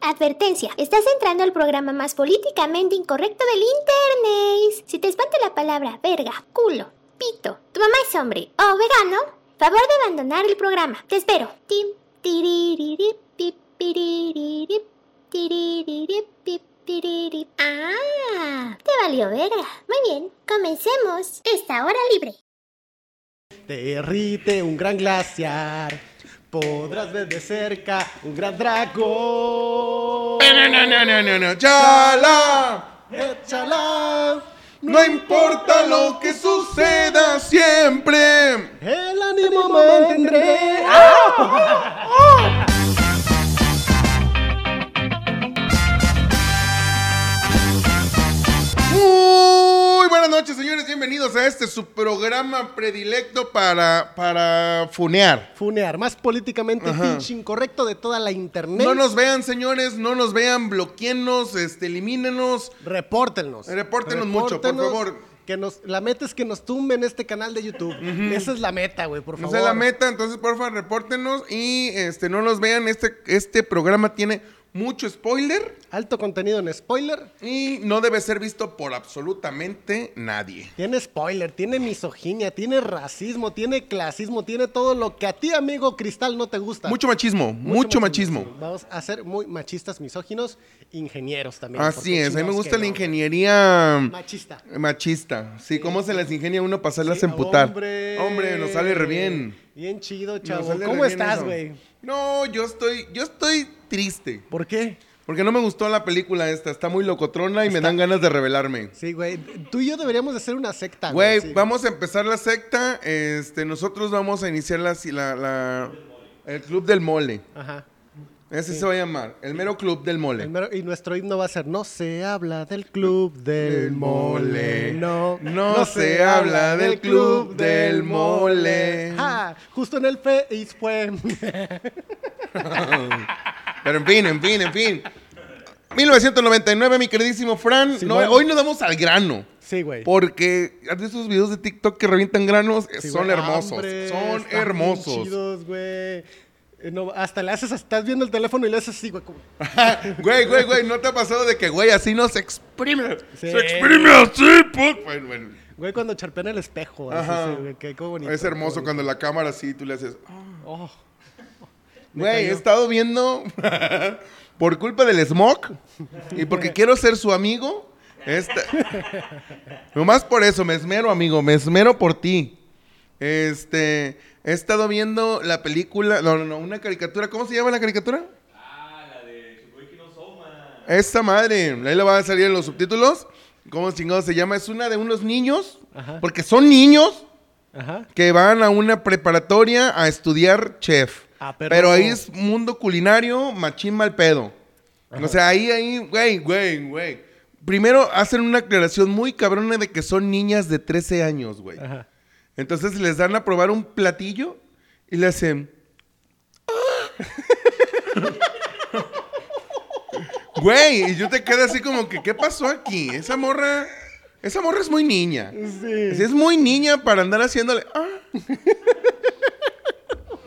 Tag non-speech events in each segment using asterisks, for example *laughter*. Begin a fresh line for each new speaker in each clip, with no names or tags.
Advertencia, estás entrando al programa más políticamente incorrecto del internet. Si te espanta la palabra verga, culo, pito, tu mamá es hombre o vegano, favor de abandonar el programa. Te espero. Tim, tiririri, pip, piririri, tiririri, pip, tiririri. Ah, te valió verga. Muy bien, comencemos. Esta hora libre.
Derrite un gran glaciar. Podrás ver de cerca un gran dragón.
No, no, no, no, no, no. ¡Chala!
Échala.
No importa lo que suceda siempre.
El ánimo mantendré. ¡Ah!
Muy buenas noches, señores. Bienvenidos a este su programa predilecto para, para funear.
Funear, más políticamente pinche incorrecto de toda la internet.
No nos vean, señores, no nos vean, bloqueennos, este, elimínenos.
Repórtenlos.
Repórtenos mucho, por favor.
Que nos, la meta es que nos tumben este canal de YouTube. Esa es la meta, güey, por
No
favor.
se la meta, entonces porfa, repórtenos y este, no nos vean. Este, este programa tiene mucho spoiler
Alto contenido en spoiler.
y no debe ser visto por absolutamente nadie.
Tiene spoiler, tiene misoginia, tiene racismo, tiene clasismo, tiene todo lo que a ti, amigo Cristal, no te gusta.
Mucho machismo, mucho, machismo.
sí. Vamos a ser muy machistas, misóginos, ingenieros también.
Así
porque
es, a mí me
chingados
gusta
que
la
no.
ingeniería
Machista.
machista. Sí, cómo se las ingenia uno para hacerlas
Sí,
emputar.
Hombre,
Hombre, nos sale re bien.
Bien chido,
Nos
chavo.
sale re
¿Cómo
bien
estás,
eso.
güey?
No, yo estoy, yo estoy triste.
¿Por qué?
Porque no me gustó la película esta, está muy locotrona y me dan ganas de rebelarme.
Sí, güey. Tú y yo deberíamos de hacer una secta.
Güey,
sí.
vamos a empezar la secta. Este, nosotros vamos a iniciar la, la- la- el Club del Mole.
Ajá.
Ese se va a llamar, el mero Club del
El
Mole.
mero- y nuestro himno va a ser No se habla del club del mole. No,
No se habla del club del mole.
Ja, Ah, justo en el Face fue. *laughs*
Pero en fin, en fin, en fin. 1999, mi queridísimo Fran.
Sí,
No,
bueno.
Hoy nos damos al grano.
sí, güey.
Porque de esos videos de TikTok que revientan granos eh,
Sí,
son
güey.
hermosos.
Hombre,
son
están bien
hermosos.
chidos, güey. Eh, No, hasta le haces, estás viendo el teléfono y le haces así, güey. como-
*laughs* Güey, güey, güey, ¿no te ha pasado de que, güey, así no se exprime?
Sí.
Se exprime así, pues. Bueno, bueno.
Güey, cuando charpean el espejo. así,
Ajá.
sí, güey, qué, qué bonito.
Es
qué
hermoso
bonito.
cuando la cámara así tú le haces. "Ah".
Oh,
Güey, he estado viendo *laughs* por culpa del smog y porque quiero ser su amigo. Esta... *laughs* Nomás por eso, me esmero, amigo, me esmero por ti. Este, he estado viendo la película, no, no, no, una caricatura, ¿cómo se llama la caricatura? Esta madre, ahí le van a salir en los subtítulos. ¿Cómo chingados se llama? Es una de unos niños,
Ajá.
porque son niños,
Ajá.
que van a una preparatoria a estudiar chef.
Ah,
pero,
pero-
ahí es mundo culinario, machín mal pedo. O sea, ahí, ahí, güey, güey, güey. Primero hacen una aclaración muy cabrona de que son niñas de 13 años, güey.
Ajá.
Entonces les dan a probar un platillo y le hacen. "Ah". *laughs* Güey, y yo te quedo así como que, ¿qué pasó aquí? Esa morra. Esa morra es muy niña.
Sí.
Sí, Es muy niña para andar haciéndole. "Ah".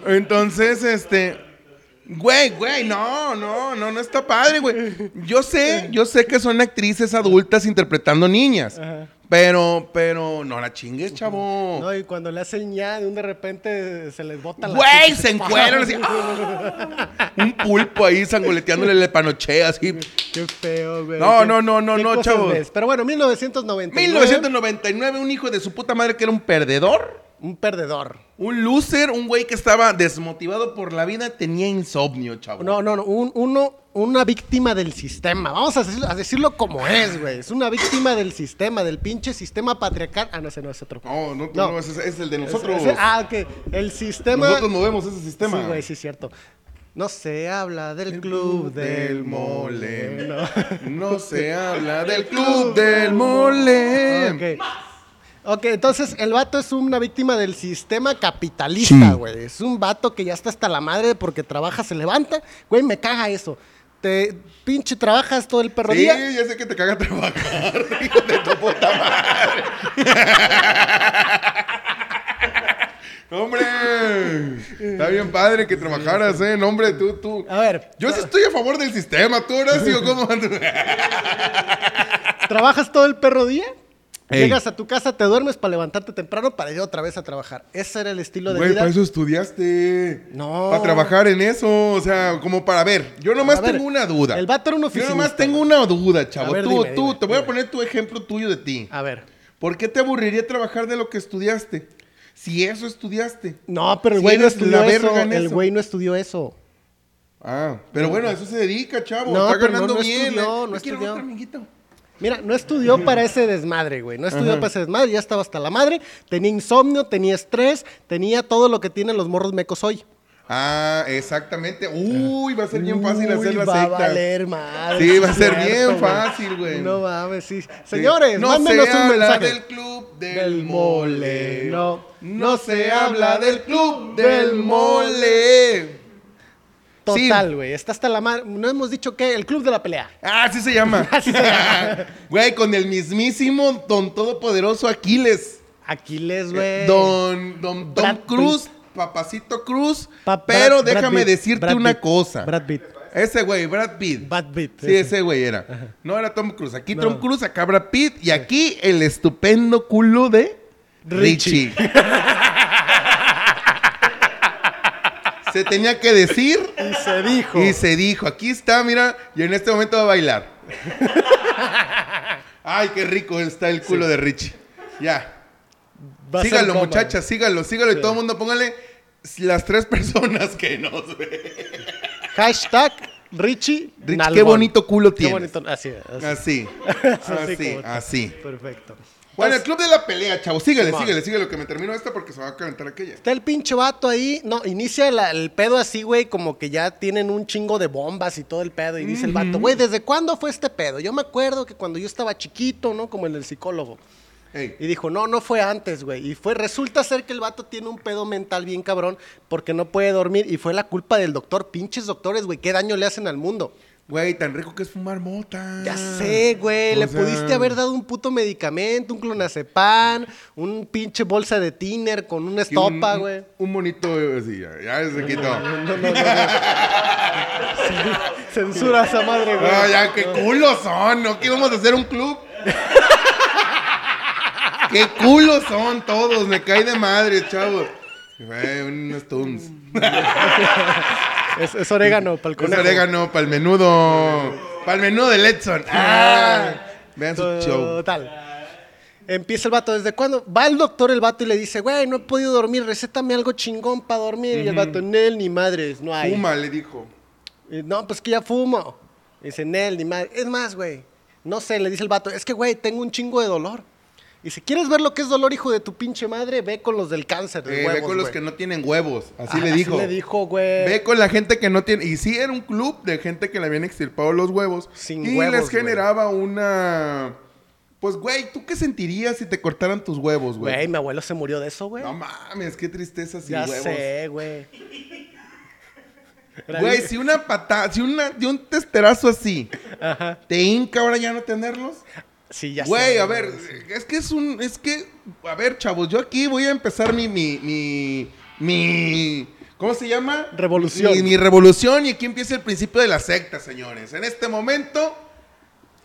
Entonces, este. Güey, güey, no, no, no, no está padre, güey. Yo sé, yo sé que son actrices adultas interpretando niñas.
Ajá.
Pero, pero, no la chingues, chavo.
No, y cuando le hacen ya, de un de repente se les bota la.
Güey, se
*laughs*
encueran así. ¡ah! Un pulpo ahí sangoleteándole la panochea así.
Qué feo, güey.
No,
Qué-
no, no, no,
qué
no,
cosas
chavos.
ves. Pero bueno, 1999.
1999, un hijo de su puta madre que era un perdedor.
Un perdedor.
Un loser, un güey que estaba desmotivado por la vida, tenía insomnio, chavo.
No, no, no. un- uno, una víctima del sistema. Vamos a decirlo, a decirlo como es, güey. Es una víctima del sistema, del pinche sistema patriarcal. Ah, no, ese no es otro.
no, no, tú
No.
no, ese es, el de
Ese-
nosotros.
ese- ah, ok. El sistema.
nosotros movemos ese sistema.
Sí, güey, sí, cierto. No se habla del club del mole. No. *laughs*
No. se habla del club del mole.
Ok. Ok, entonces el vato es una víctima del sistema capitalista, güey. Es un vato que ya está hasta la madre porque trabaja, se levanta. Güey, me caga eso. Te pinche trabajas todo el perro
Sí,
día.
ya sé que te caga trabajar, *laughs* hijo de tu puta madre. ¡Hombre! Está bien padre que trabajaras, ¿eh? No, hombre, tú, tú.
A ver,
Yo sí estoy a favor del sistema, tú, Horacio, ¿cómo?
¿Trabajas todo el perro día?
Ey.
Llegas a tu casa, te duermes para levantarte temprano para ir otra vez a trabajar. Ese era el estilo de
Güey,
vida.
para eso estudiaste.
No.
Para trabajar en eso, o sea, como para ver. Yo nomás
A ver,
tengo una duda.
el vato era un
Yo
oficinista,
nomás
güey.
tengo una duda, chavo.
A ver,
tú,
dime,
tú,
dime,
te voy a
dime. Ah.
poner tu ejemplo tuyo de ti.
A ver.
¿Por qué te aburriría trabajar de lo que estudiaste? Si eso estudiaste.
No, pero el
Si
güey no
eres la
estudió eso.
verga en
El
eso.
güey no estudió eso.
Ah, pero bueno, a eso se dedica, chavo.
No,
Está
pero no,
ganando
no
bien. ¿eh?
estudió, no
Yo quiero
estudió.
otro amiguito.
Mira, no estudió para ese desmadre, güey. No estudió para ese desmadre. Ya estaba hasta la madre. Tenía insomnio, tenía estrés, tenía todo lo que tienen los morros mecos hoy.
Ah, exactamente. Uy, va a ser bien fácil hacer la
Uy, va a
secta.
valer madre.
Sí, va a ser
cierto,
bien
güey.
fácil, güey.
No mames, sí.
Sí.
Señores,
no
mándenos
se
un
habla
mensaje.
del club del, mole.
No.
No se habla del club del mole.
Total,
Sí.
güey. Está hasta la madre. No hemos dicho que el club de la pelea.
Ah, así se llama.
*laughs* Así se llama.
*laughs* Güey, con el mismísimo Don Todopoderoso Aquiles.
Aquiles, güey.
Eh, Don, don, don
Brad Pitt.
Cruz, Papacito Cruz.
Pa- Brad-
pero
Brad
déjame
Pitt,
decirte
Brad
una
Pitt,
cosa.
Brad Pitt.
Ese güey, Brad Pitt.
Bad beat.
Sí, ese güey era. No era Tom Cruise. Aquí
No.
Tom Cruise, acá Brad Pitt. Y aquí el estupendo culo de
Richie.
Richie. se tenía que decir
Y se dijo.
y se dijo, aquí está, mira, y en este momento va
*laughs*
a bailar. Ay, qué rico está el culo de Richie. Ya.
Va a ser
sígalo,
coma.
muchachas, sígalo, sígalo. Y todo el mundo póngale las tres personas que nos ven.
Hashtag Richie.
Richie,
Nalgón.
qué bonito culo
Qué
tienes.
bonito. Así, así. *laughs*
Así,
Así
así,
como-
así.
Perfecto.
Bueno, el club de la pelea, chavo. Síguele,
Simón.
síguele, síguele, que me termino esta porque se va a calentar aquella.
Está el pinche vato ahí. No, inicia la- el pedo así, güey, como que ya tienen un chingo de bombas y todo el pedo. Y dice el vato, güey, ¿desde cuándo fue este pedo? Yo me acuerdo que cuando yo estaba chiquito, ¿no? Como el del psicólogo.
Ey.
Y dijo, no, no fue antes, güey. Y fue, resulta ser que el vato tiene un pedo mental bien cabrón porque no puede dormir. Y fue la culpa del doctor. Pinches doctores, güey, qué daño le hacen al mundo.
Güey, tan rico que es fumar mota.
Ya sé, güey.
O
Le
sea,
pudiste haber dado un puto medicamento, un clonazepam, un pinche bolsa de tiner con una
y un-
estopa, güey.
Un bonito, eh, así, ya, ya se quitó.
No, no, no, no. Censura a esa madre, güey.
Ah, ya, qué culos son, ¿no? ¿Qué vamos a hacer un
*laughs*
club? ¡Qué culos son todos! Me cae de madre, chavo. Güey, unos tunes.
Es, es orégano para el
Con
conejo.
orégano para el menudo. Para el menudo del Edson. ¡Ah! Vean su show.
Total. Empieza el vato. ¿Desde cuándo? Va el doctor el vato y le dice, güey, no he podido dormir, recétame algo chingón para dormir. Y el vato, Nel, ni madres, no hay.
Fuma, le dijo.
Y, no, pues que ya fumo. Y dice, Nel, ni madres. Es más, güey, no sé, le dice el vato, es que, güey, tengo un chingo de dolor. Y si quieres ver lo que es dolor, hijo de tu pinche madre, ve con los del cáncer de
Eh,
huevos,
ve con los
güey".
que no tienen huevos. Así
Ah,
le dijo.
Así le dijo, güey.
Ve con la gente que no tiene. Y sí, era un club de gente que le habían extirpado los huevos.
Sin
y
huevos,
les
güey.
generaba una. Pues, güey, ¿tú qué sentirías si te cortaran tus huevos, güey?
Güey, mi abuelo se murió de eso, güey.
No mames, qué tristeza sin
ya
huevos.
sé, güey. Era
*laughs* Güey,
bien-
si una patada, si una, de un testerazo así, te hinca ahora ya no tenerlos.
Sí, ya sé,
Güey, a ver, es que es un, es que, a ver, chavos, yo aquí voy a empezar mi, mi, mi, mi, ¿cómo se llama?
Revolución.
Mi, mi revolución y aquí empieza el principio de la secta, señores. En este momento,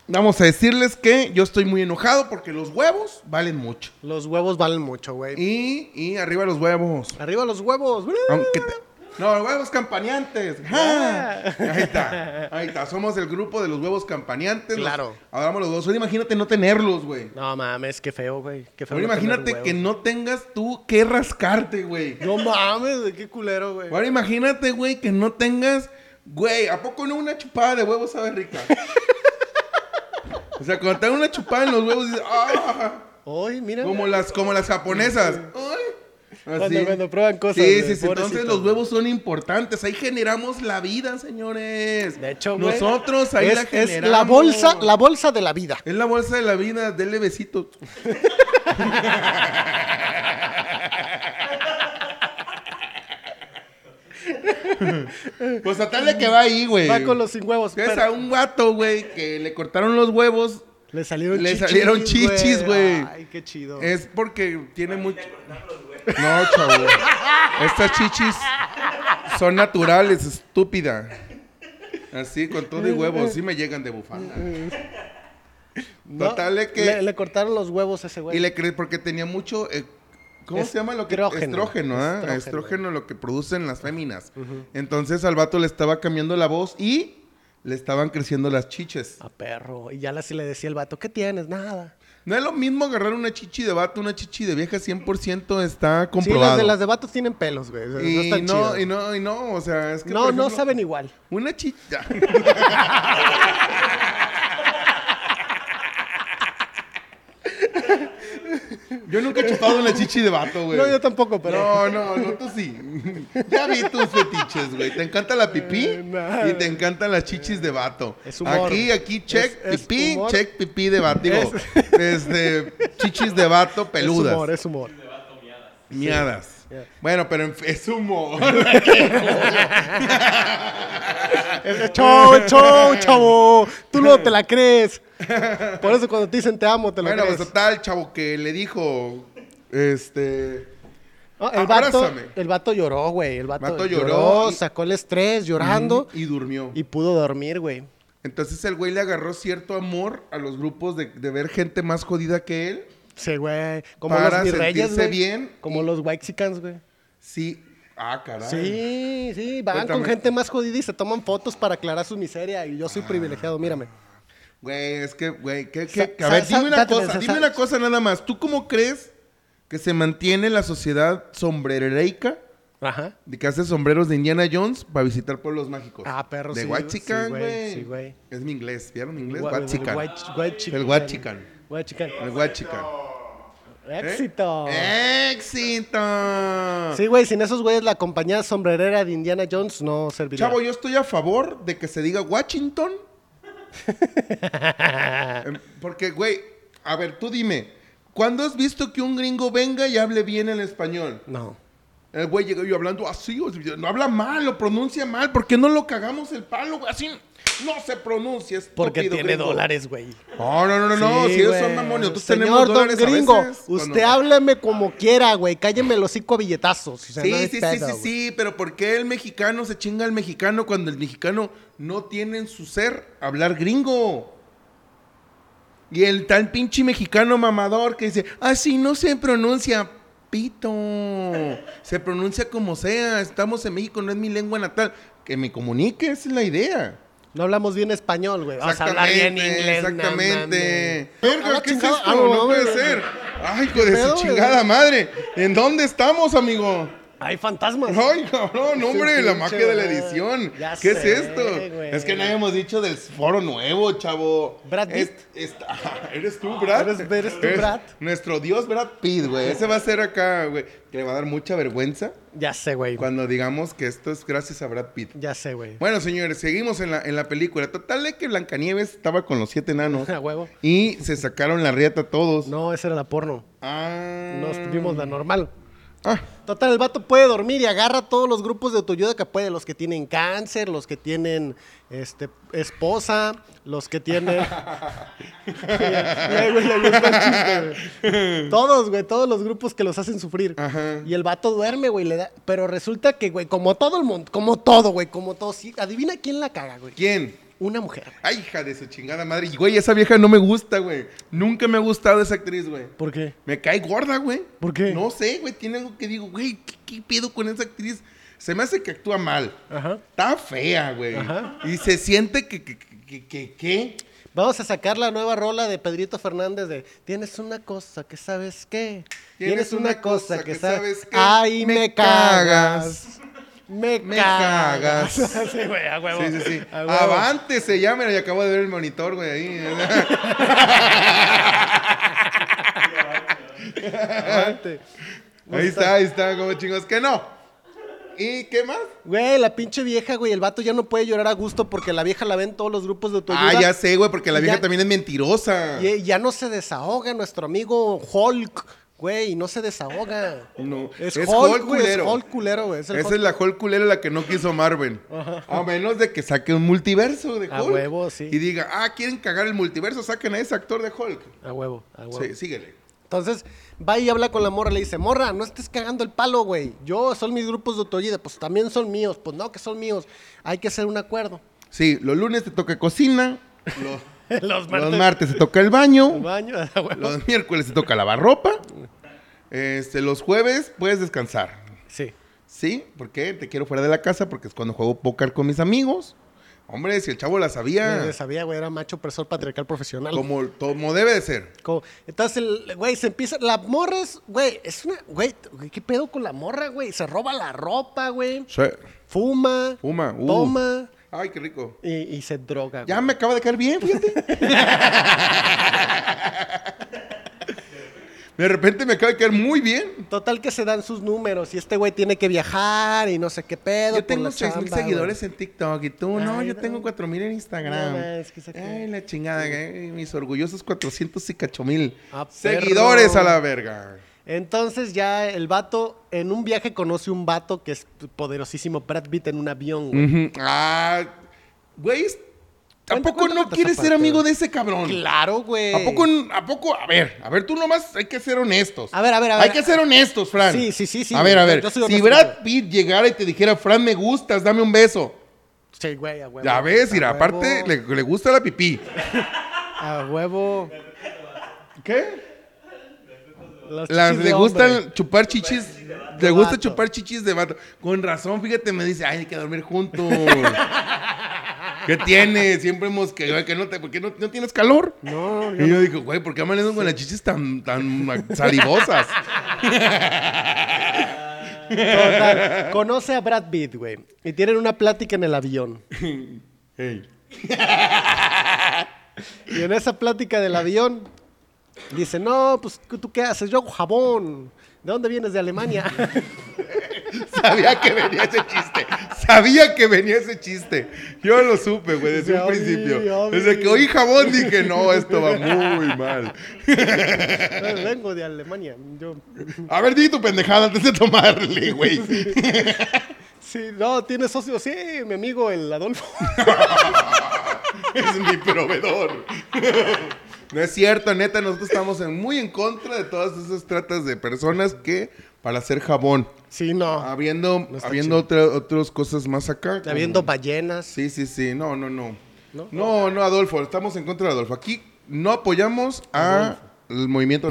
vamos a decirles que yo estoy muy enojado porque los huevos valen mucho.
Los huevos valen mucho, güey.
Y, y arriba los huevos.
Arriba los huevos.
Aunque te- No, huevos campaneantes. ¡Ja! Ahí está. Ahí está. Somos el grupo de los huevos campaneantes. Los-
Claro.
Adoramos los dos. Ahora imagínate no tenerlos, güey.
No mames, qué feo, güey. Qué feo.
Ahora
no
imagínate
tener
que
huevos.
no tengas tú que rascarte, güey.
No mames, güey, qué culero, güey.
Ahora imagínate, güey, que no tengas. Güey, ¿a poco no una chupada de huevos sabe rica? O sea, cuando te dan una chupada en los huevos, dices, ¡ah!
Ay, mira.
Como las, como las japonesas. Ay.
Cuando- cuando prueban cosas,
Sí,
güey,
sí, sí. Entonces
pobrecito.
los huevos son importantes. Ahí generamos la vida, señores.
De hecho, güey.
Nosotros ahí
es,
la
es
generamos.
la bolsa, la bolsa de la vida.
Es la bolsa de la vida. Denle besitos. pues a tal de que va ahí, güey.
Va con los sin huevos.
Es
pero-
a un gato, güey, que le cortaron los huevos.
Le salieron
Le
chichis.
salieron chichis, güey. Eh,
Ay, qué chido.
Es porque tiene mucho... No, chavo. Estas chichis son naturales, estúpida. Así, con todo y huevos. Sí me llegan de bufanda.
No,
Total de que...
Le, le cortaron los huevos a ese güey.
Y le cre- porque tenía mucho. eh, ¿Cómo se llama lo que?
Estrógeno.
Estrógeno, ¿ah?
Estrógeno.
Estrógeno, lo que producen las féminas. Entonces al vato le estaba cambiando la voz y le estaban creciendo las chiches.
A perro. Y ya la- sí le decía el vato, ¿qué tienes? Nada.
No es lo mismo agarrar una chichi de vato, una chichi de vieja 100% está
Sí, las
comprobado.
de, las de vatos tienen pelos, güey. O sea, no
y no,
están chidas.
y no, y no, o sea, es que
no,
por
no
ejemplo,
saben igual.
Una
*laughs*
chicha. Yo nunca he chupado una chichi de vato, güey.
No, yo tampoco, pero... *laughs*
No, no, no, tú sí. *laughs* Ya vi tus fetiches, güey. Te encanta la pipí
Eh, nada.
y te encantan las chichis de vato.
Es humor.
Aquí, aquí, check
Es- es
pipí,
humor.
check pipí de vato. Digo, *laughs* este, chichis de vato
Es
peludas.
humor, es
*laughs*
humor.
Miadas. Bueno, pero en- es
*laughs*
humor.
Es de show, es show, chavo. Tú no te la
*laughs*
crees. Por eso cuando te dicen te amo, te lo
bueno, pues
crees.
total, chavo, que le dijo, este...
No, el, vato,
abrázame.
el vato lloró, güey. El vato,
Vato
lloró,
lloró y-
sacó el estrés llorando
mm, Y durmió.
y pudo dormir, güey.
Entonces el güey le agarró cierto amor a los grupos de, de ver gente más jodida que él.
Sí, güey. Como
Para
los mis reyes,
sentirse
güey.
bien
Como los Waxicans, güey.
Sí. Ah, caray.
Sí, sí. Van con
Cuéntame. Ah.
gente más jodida y se toman fotos para aclarar su miseria. Y yo soy privilegiado, mírame.
Güey, es que, güey, que,
Sa-
que- a ver,
sa-
dime una
date,
cosa,
sa-
dime una cosa nada más. ¿Tú cómo crees que se mantiene la sociedad sombrereica
Ajá.
de que hace sombreros de Indiana Jones para visitar pueblos mágicos?
Ah, perro,
de
sí,
White
sí,
Chican,
güey,
güey.
sí, güey.
Es mi inglés, ¿vieron mi inglés?
Gua-
White Chican.
Guach- Guachican.
El Guachican.
Guachican.
El White Chican. ¿Eh?
Éxito.
¡Éxito!
Sí, güey, sin esos güeyes la compañía sombrerera de Indiana Jones no serviría.
Chavo, yo estoy a favor de que se diga Washington.
Ah,
Em, Porque, güey, a ver, tú dime, ¿cuándo has visto que un gringo venga y hable bien el español?
No.
El güey llegó yo hablando así, o sea, no habla mal, lo pronuncia mal, ¿por qué no lo cagamos el palo, güey? Así no se pronuncia,
Porque
estúpido
tiene
gringo.
dólares, güey.
No, no, no, no, no,
Sí,
si ellos
güey.
son mamones, nosotros
Señor
tenemos
don
dólares a
gringo,
veces, ¿o no?
usted hábleme como quiera, güey. Cálleme el hocico a billetazos. o sea,
Sí,
no hay
sí, sí,
pedo,
sí,
güey.
sí, pero ¿por qué el mexicano se chinga al mexicano cuando el mexicano no tiene en su ser hablar gringo? Y el tal pinche mexicano mamador que dice, así no se pronuncia pito, se pronuncia como sea, estamos en México, no es mi lengua natal. Que me comunique, esa es la idea.
No hablamos bien español, güey. Vamos a hablar bien inglés. no
Exactamente.
mames.
Verga,
A la
¿qué es
chingada,
esto?
ah,
no puede
güey.
ser. Ay, hijo de
pedo,
su
güey?
chingada madre. ¿En dónde estamos, amigo?
Hay fantasmas.
Ay, cabrón, hombre, la
pinche
magia de la
verdad.
edición.
Ya
¿Qué
sé,
es esto?
güey.
Es que no habíamos dicho del foro nuevo, chavo.
Brad
Es-
Pitt.
es- *laughs* ¿Eres tú, Brad?
¿Eres- eres tú,
Es
Brad?
Nuestro dios Brad Pitt, güey. Ese va a ser acá, güey. Que le va a dar mucha vergüenza
Ya sé, güey.
cuando digamos que esto es gracias a Brad Pitt.
Ya sé, güey. *laughs*
Bueno, señores, seguimos en la, en la película. Total de que Blancanieves estaba con los
*laughs*
siete enanos.
A huevo.
Y se sacaron la riata todos.
Ah, No, esa era la porno.
Ah.
Nos vimos la normal.
Ah,
Total, el vato puede dormir y agarra a todos los grupos de autoayuda que puede, los que tienen cáncer, los que tienen este esposa, los que tienen. Ay, güey, le gusta el chiste, güey. todos, güey, todos los grupos que los hacen sufrir.
Ajá.
Y el vato duerme, güey, le da. Pero resulta que, güey, como todo el mundo, como todo, güey, como todo, sí. Adivina quién la caga, güey.
¿quién?
Una mujer. güey.
Ay, hija de su chingada madre. Y, güey, esa vieja no me gusta, güey. Nunca me ha gustado esa actriz, güey.
¿Por qué?
Me cae gorda, güey.
¿Por qué?
No sé, güey. Tiene algo que digo, güey, ¿qué, qué pedo con esa actriz? Se me hace que actúa mal.
Ajá.
Está fea, güey.
Ajá.
Y se siente que, que, que, que, que- ¿qué?
Vamos a sacar la nueva rola de Pedrito Fernández de Tienes una cosa que sabes qué. Tienes una cosa que sabes qué. Ay, me cagas. Me
Me
cagas.
cagas.
*laughs* Sí, güey, a huevo.
Sí, sí, sí.
A huevo.
Avante se llama. Y acabo de ver el monitor,
*laughs*
güey, ahí.
Avante.
ahí está, ahí está. Como chingos que no. ¿Y qué más?
Güey, la pinche vieja, güey. El vato ya no puede llorar a gusto porque la vieja la ven todos los grupos de autoayuda.
Ah, ya sé, güey, porque la vieja
Pues Ya-
también es mentirosa.
Y y ya no se desahoga nuestro amigo Hulk, güey. No se desahoga.
No,
Es,
es
Hulk,
Hulk
güey. Es
culero.
Hulk culero, güey. Es el
Esa
Hulk
es la Hulk culera la que no quiso Marvel. A menos de que saque un multiverso de Hulk.
A huevo, sí.
Y diga, ah, quieren cagar el multiverso, saquen a ese actor de Hulk.
A huevo, a huevo.
Sí, síguele.
Entonces va y habla con la morra, le dice, morra, no estés cagando el palo, güey. Yo, son mis grupos de autoayuda, pues también son míos, pues no, que son míos. Hay que hacer un acuerdo.
Sí, los lunes te toca cocina,
*laughs*
los,
Los
los martes te toca el baño,
*laughs* Baño, güey.
los miércoles te toca lavar ropa, este, los jueves puedes descansar.
Sí.
Sí, porque te quiero fuera de la casa porque es cuando juego póker con mis amigos. Hombre, si el chavo la sabía,
Nadie Sabía, güey, era macho opresor patriarcal profesional.
como, como debe de ser.
Como- entonces, el- güey, se empieza. La morra es, güey, es una. Güey, t- güey, ¿qué pedo con la morra, güey? Se roba la ropa, güey.
Sí.
Fuma.
Fuma, uh.
Toma.
Ay, qué rico.
Y, y se droga,
Ya
güey.
me acaba de caer bien, fíjate. *laughs* De repente me acaba de caer muy bien.
Total que se dan sus números y este güey tiene que viajar y no sé qué pedo.
Yo
por
tengo
la
6 mil
chamba,
seguidores
güey.
en TikTok y tú, no,
Ay,
yo
no.
tengo 4 mil en Instagram.
No, es que saqué.
Ay, la chingada, ay, mis orgullosos 400 y cacho mil
Ah,
seguidores a
perro.
la verga.
Entonces ya el vato, en un viaje conoce un vato que es poderosísimo Brad Pitt en un avión, güey.
Ujú. Ah, güey, es- ¿tampoco
cuenta,
no
cuenta,
quieres ser
Zapata.
amigo de ese cabrón?
Claro, güey.
¿A poco, n- ¿A poco? A ver, a ver, tú nomás hay que ser honestos.
A ver, a ver, a
Hay
ver.
que ser honestos, Fran.
Sí, sí, sí, sí.
A ver, a
Yo-
ver.
yo soy
si
honesto.
Brad Pitt llegara y te dijera, Fran, me gustas, dame un beso.
Sí, güey, a huevo.
Ya ves,
A
mira,
huevo,
aparte le, le gusta
*laughs*
la pipí.
A huevo.
¿Qué?
Las,
Las
chichis
le
de hombre.
gustan chupar chichis. Le gusta
vato.
chupar chichis de vato. Con razón, fíjate, me dice, ay, hay que
*laughs*
dormir juntos. ¿Qué tiene? Siempre hemos que, güey, que no te, ¿por qué no, no tienes calor?
No,
*laughs*
no,
Y yo digo, güey, ¿por qué amanecen con las chichis tan, tan
*laughs*
salivosas?
Total, conoce a Brad Pitt, güey. Y tienen una plática en el avión.
Ey.
Y en esa plática del avión, dice, no, pues, ¿tú qué haces? Yo hago jabón. ¿De dónde vienes? De Alemania. *laughs*
*laughs* Sabía que venía ese chiste. Sabía que venía ese chiste. Yo lo supe, güey, desde
Dice,
un
"Obi,
principio.
Obi".
Desde que oí jabón dije, no, esto va muy mal.
"No, Vengo de Alemania. Yo,
A ver, di tu pendejada antes de tomarle, güey.
sí, no, ¿tienes socio? Sí, mi amigo, el Adolfo.
*laughs*
*laughs*
Es mi proveedor. No es cierto, neta, nosotros estamos en- muy en contra de todas esas tratas de personas que para hacer jabón.
Sí, Ah, no.
Habiendo,
está
habiendo otra- otras cosas más acá. como-
Habiendo ballenas.
Sí, sí, sí. No, no, no.
¿No?
No, no, Adolfo. Estamos en contra de Adolfo. Aquí no apoyamos a
*laughs*
el movimiento.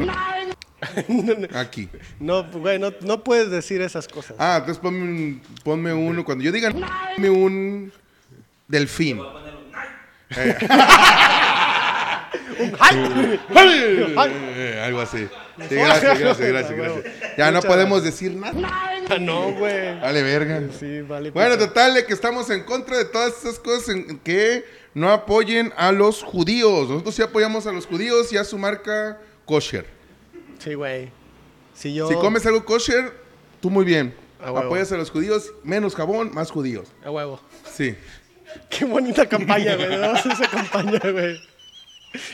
Aquí.
No, güey, no, no puedes decir esas cosas.
Ah, entonces ponme, un- ponme uno. Cuando yo diga, ponme un delfín.
*laughs* ¡Ay! *laughs*
Eh, Algo así. Sí, gracias, gracias, gracias, gracias. Ya no
Muchas
podemos decir nada.
Ah, No, güey.
Dale, verga.
Sí, vale. pues,
Bueno,
pito.
total, de que estamos en contra de todas esas cosas en que no apoyen a los judíos. Nosotros sí apoyamos a los judíos y a su marca kosher.
Sí, güey. Si yo...
Si comes algo kosher, tú muy bien.
A huevo.
Apoyas a los judíos, menos jabón, más judíos.
A huevo.
Sí.
Qué bonita campaña, güey. Damos esa campaña, güey.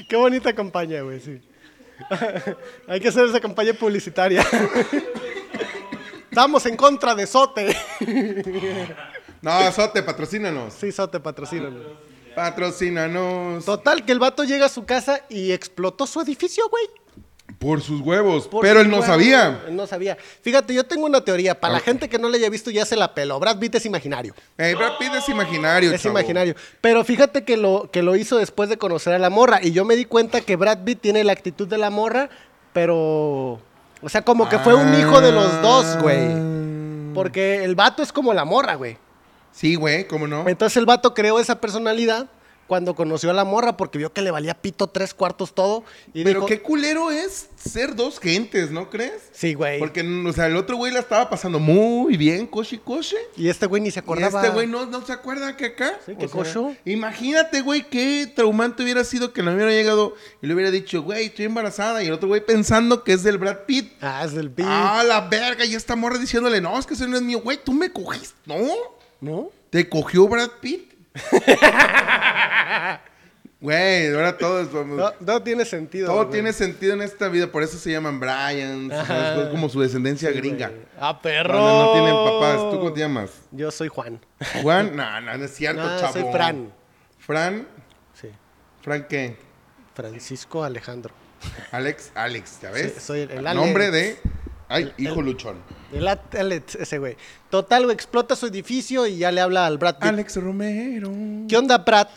Qué bonita campaña, güey, sí. Hay que hacer esa campaña publicitaria. Estamos en contra de Sote.
No, Sote, patrocínanos.
Sí, Sote, patrocínanos.
Patrocínanos.
Total, que el vato llega a su casa y explotó su edificio, güey.
Por sus huevos.
Por
Pero
su
él no
huevo,
sabía. Ah,
Él no sabía. Fíjate, yo tengo una teoría. Para la
Ok.
gente que no le haya visto, ya se la peló. Brad Pitt es imaginario.
Ey, Eh, Brad Pitt es *laughs* imaginario,
Es
chavo.
imaginario. Pero fíjate que lo, que lo hizo después de conocer a la morra. Y yo me di cuenta que Brad Pitt tiene la actitud de la morra, pero. O sea, como que fue un hijo de los dos, güey.
Ah.
Porque el vato es como la morra, güey.
Sí, güey, ¿cómo no?
Entonces el vato creó esa personalidad cuando conoció a la morra porque vio que le valía pito tres cuartos todo. Y
Pero
dijo,
qué culero es ser dos gentes, ¿no crees?
Sí, güey.
Porque, o sea, el otro güey la estaba pasando muy bien, coche, coche.
Y este güey ni se
Y
acordaba.
este güey no, no se acuerda que acá.
Sí, que
O sea,
cocho.
Imagínate, güey, qué traumante hubiera sido que no hubiera llegado y le hubiera dicho, güey, estoy embarazada. Y el otro güey pensando que es del Brad Pitt.
Ah, es del Pitt.
Ah, la verga. Y esta morra diciéndole, no, es que eso no es mío, güey, tú me cogiste. No,
¿No?
te cogió Brad
*laughs*
Pitt. Güey, ahora todos vamos.
No, no tiene sentido.
Todo
güey.
tiene sentido en esta vida, por eso se llaman Bryans,
Ajá.
es como su descendencia gringa.
Ah,
No,
perro.
no, no tienen papás. ¿Tú cómo te llamas?
Yo soy Juan.
Juan, no, no, no es cierto,
No,
chavo.
Ah, soy Fran.
Fran,
Sí.
Fran qué?
Francisco Alejandro.
Alex, Alex, ¿ya ves?
Sí, soy el- el
A Nombre
Alex.
de. Ay,
El-
hijo
el-
luchón.
El At- Alex, ese güey. Total, güey, explota su edificio y ya le habla al Brad Pitt.
Alex Romero.
¿Qué onda, Brad?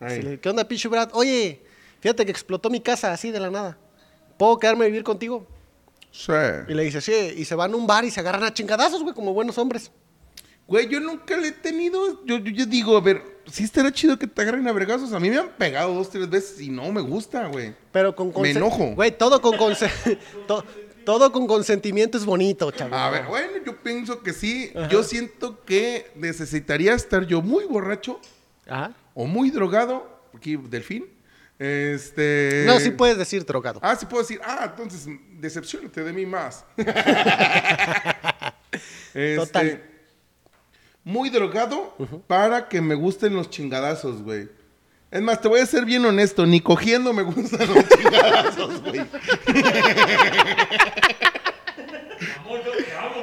Ahí.
Sí, le- ¿Qué onda, Pichu Brad? Oye, fíjate que explotó mi casa así de la nada. ¿Puedo quedarme a vivir contigo?
Sí.
Y le dice, sí. Y se van a un bar y se agarran a chingadazos, güey, como buenos hombres.
Güey, yo nunca le he tenido. Yo, yo, yo digo, a ver, sí estará chido que te agarren a vergazos. A mí me han pegado dos, tres veces y no me gusta, güey.
Pero con consen-
enojo.
Güey, todo con consen- *laughs* to- todo con consentimiento es bonito, chaval.
A ver, bueno, yo pienso que sí. Yo siento que necesitaría estar yo muy borracho
Ajá.
o muy drogado. Aquí, delfín. Este.
No, sí puedes decir trocado.
Ah, sí puedo decir. Ah, entonces, decepcionate de
*laughs*
mí más. Este,
Total.
Muy drogado para que me gusten los chingadazos, güey. Es más, te voy a ser bien honesto, ni cogiendo me gustan
*laughs*
los chingadazos, güey.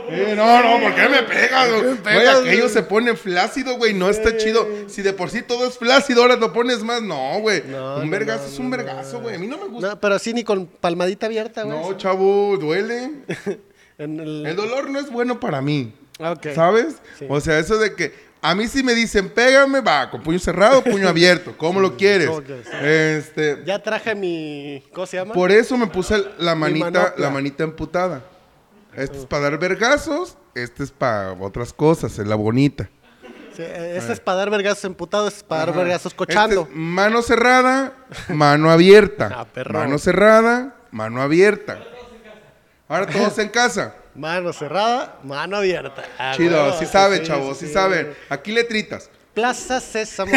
Eh, no, no, ¿por qué me pegas, güey? Güey,
pegas,
aquello
güey?
se pone flácido, güey, no está chido. Si de por sí todo es flácido, ahora lo pones más. No, güey.
No,
un
no,
vergazo
no,
es un
no,
vergazo, güey. A mí no me gusta.
No, pero sí ni con palmadita abierta, güey.
No, chavo, duele.
En el-
El dolor no es bueno para mí.
Ok.
¿Sabes?
Sí.
O sea, eso de que a mí si me dicen, pégame, va, con puño cerrado,
*laughs*
puño abierto, como lo quieres.
¿Cómo quieres?
Este,
Ya traje mi... ¿Cómo se llama?
por eso me puse la manita,
manopla. Ah.
la manita amputada. Este es para dar vergazos, este es para otras cosas, es la bonita.
Sí, eh, ese es para dar vergazos emputados, es para dar
Ajá.
vergazos cochando.
Este es mano cerrada, mano abierta.
*laughs* Ah, perro.
Mano cerrada, mano abierta. Ahora todos en casa.
Mano cerrada, mano abierta. Ah,
Chido,
huevo,
sí sabe,
sí,
chavo, sí,
sí.
saben. Aquí letritas.
Plaza
*laughs*
Sésamo.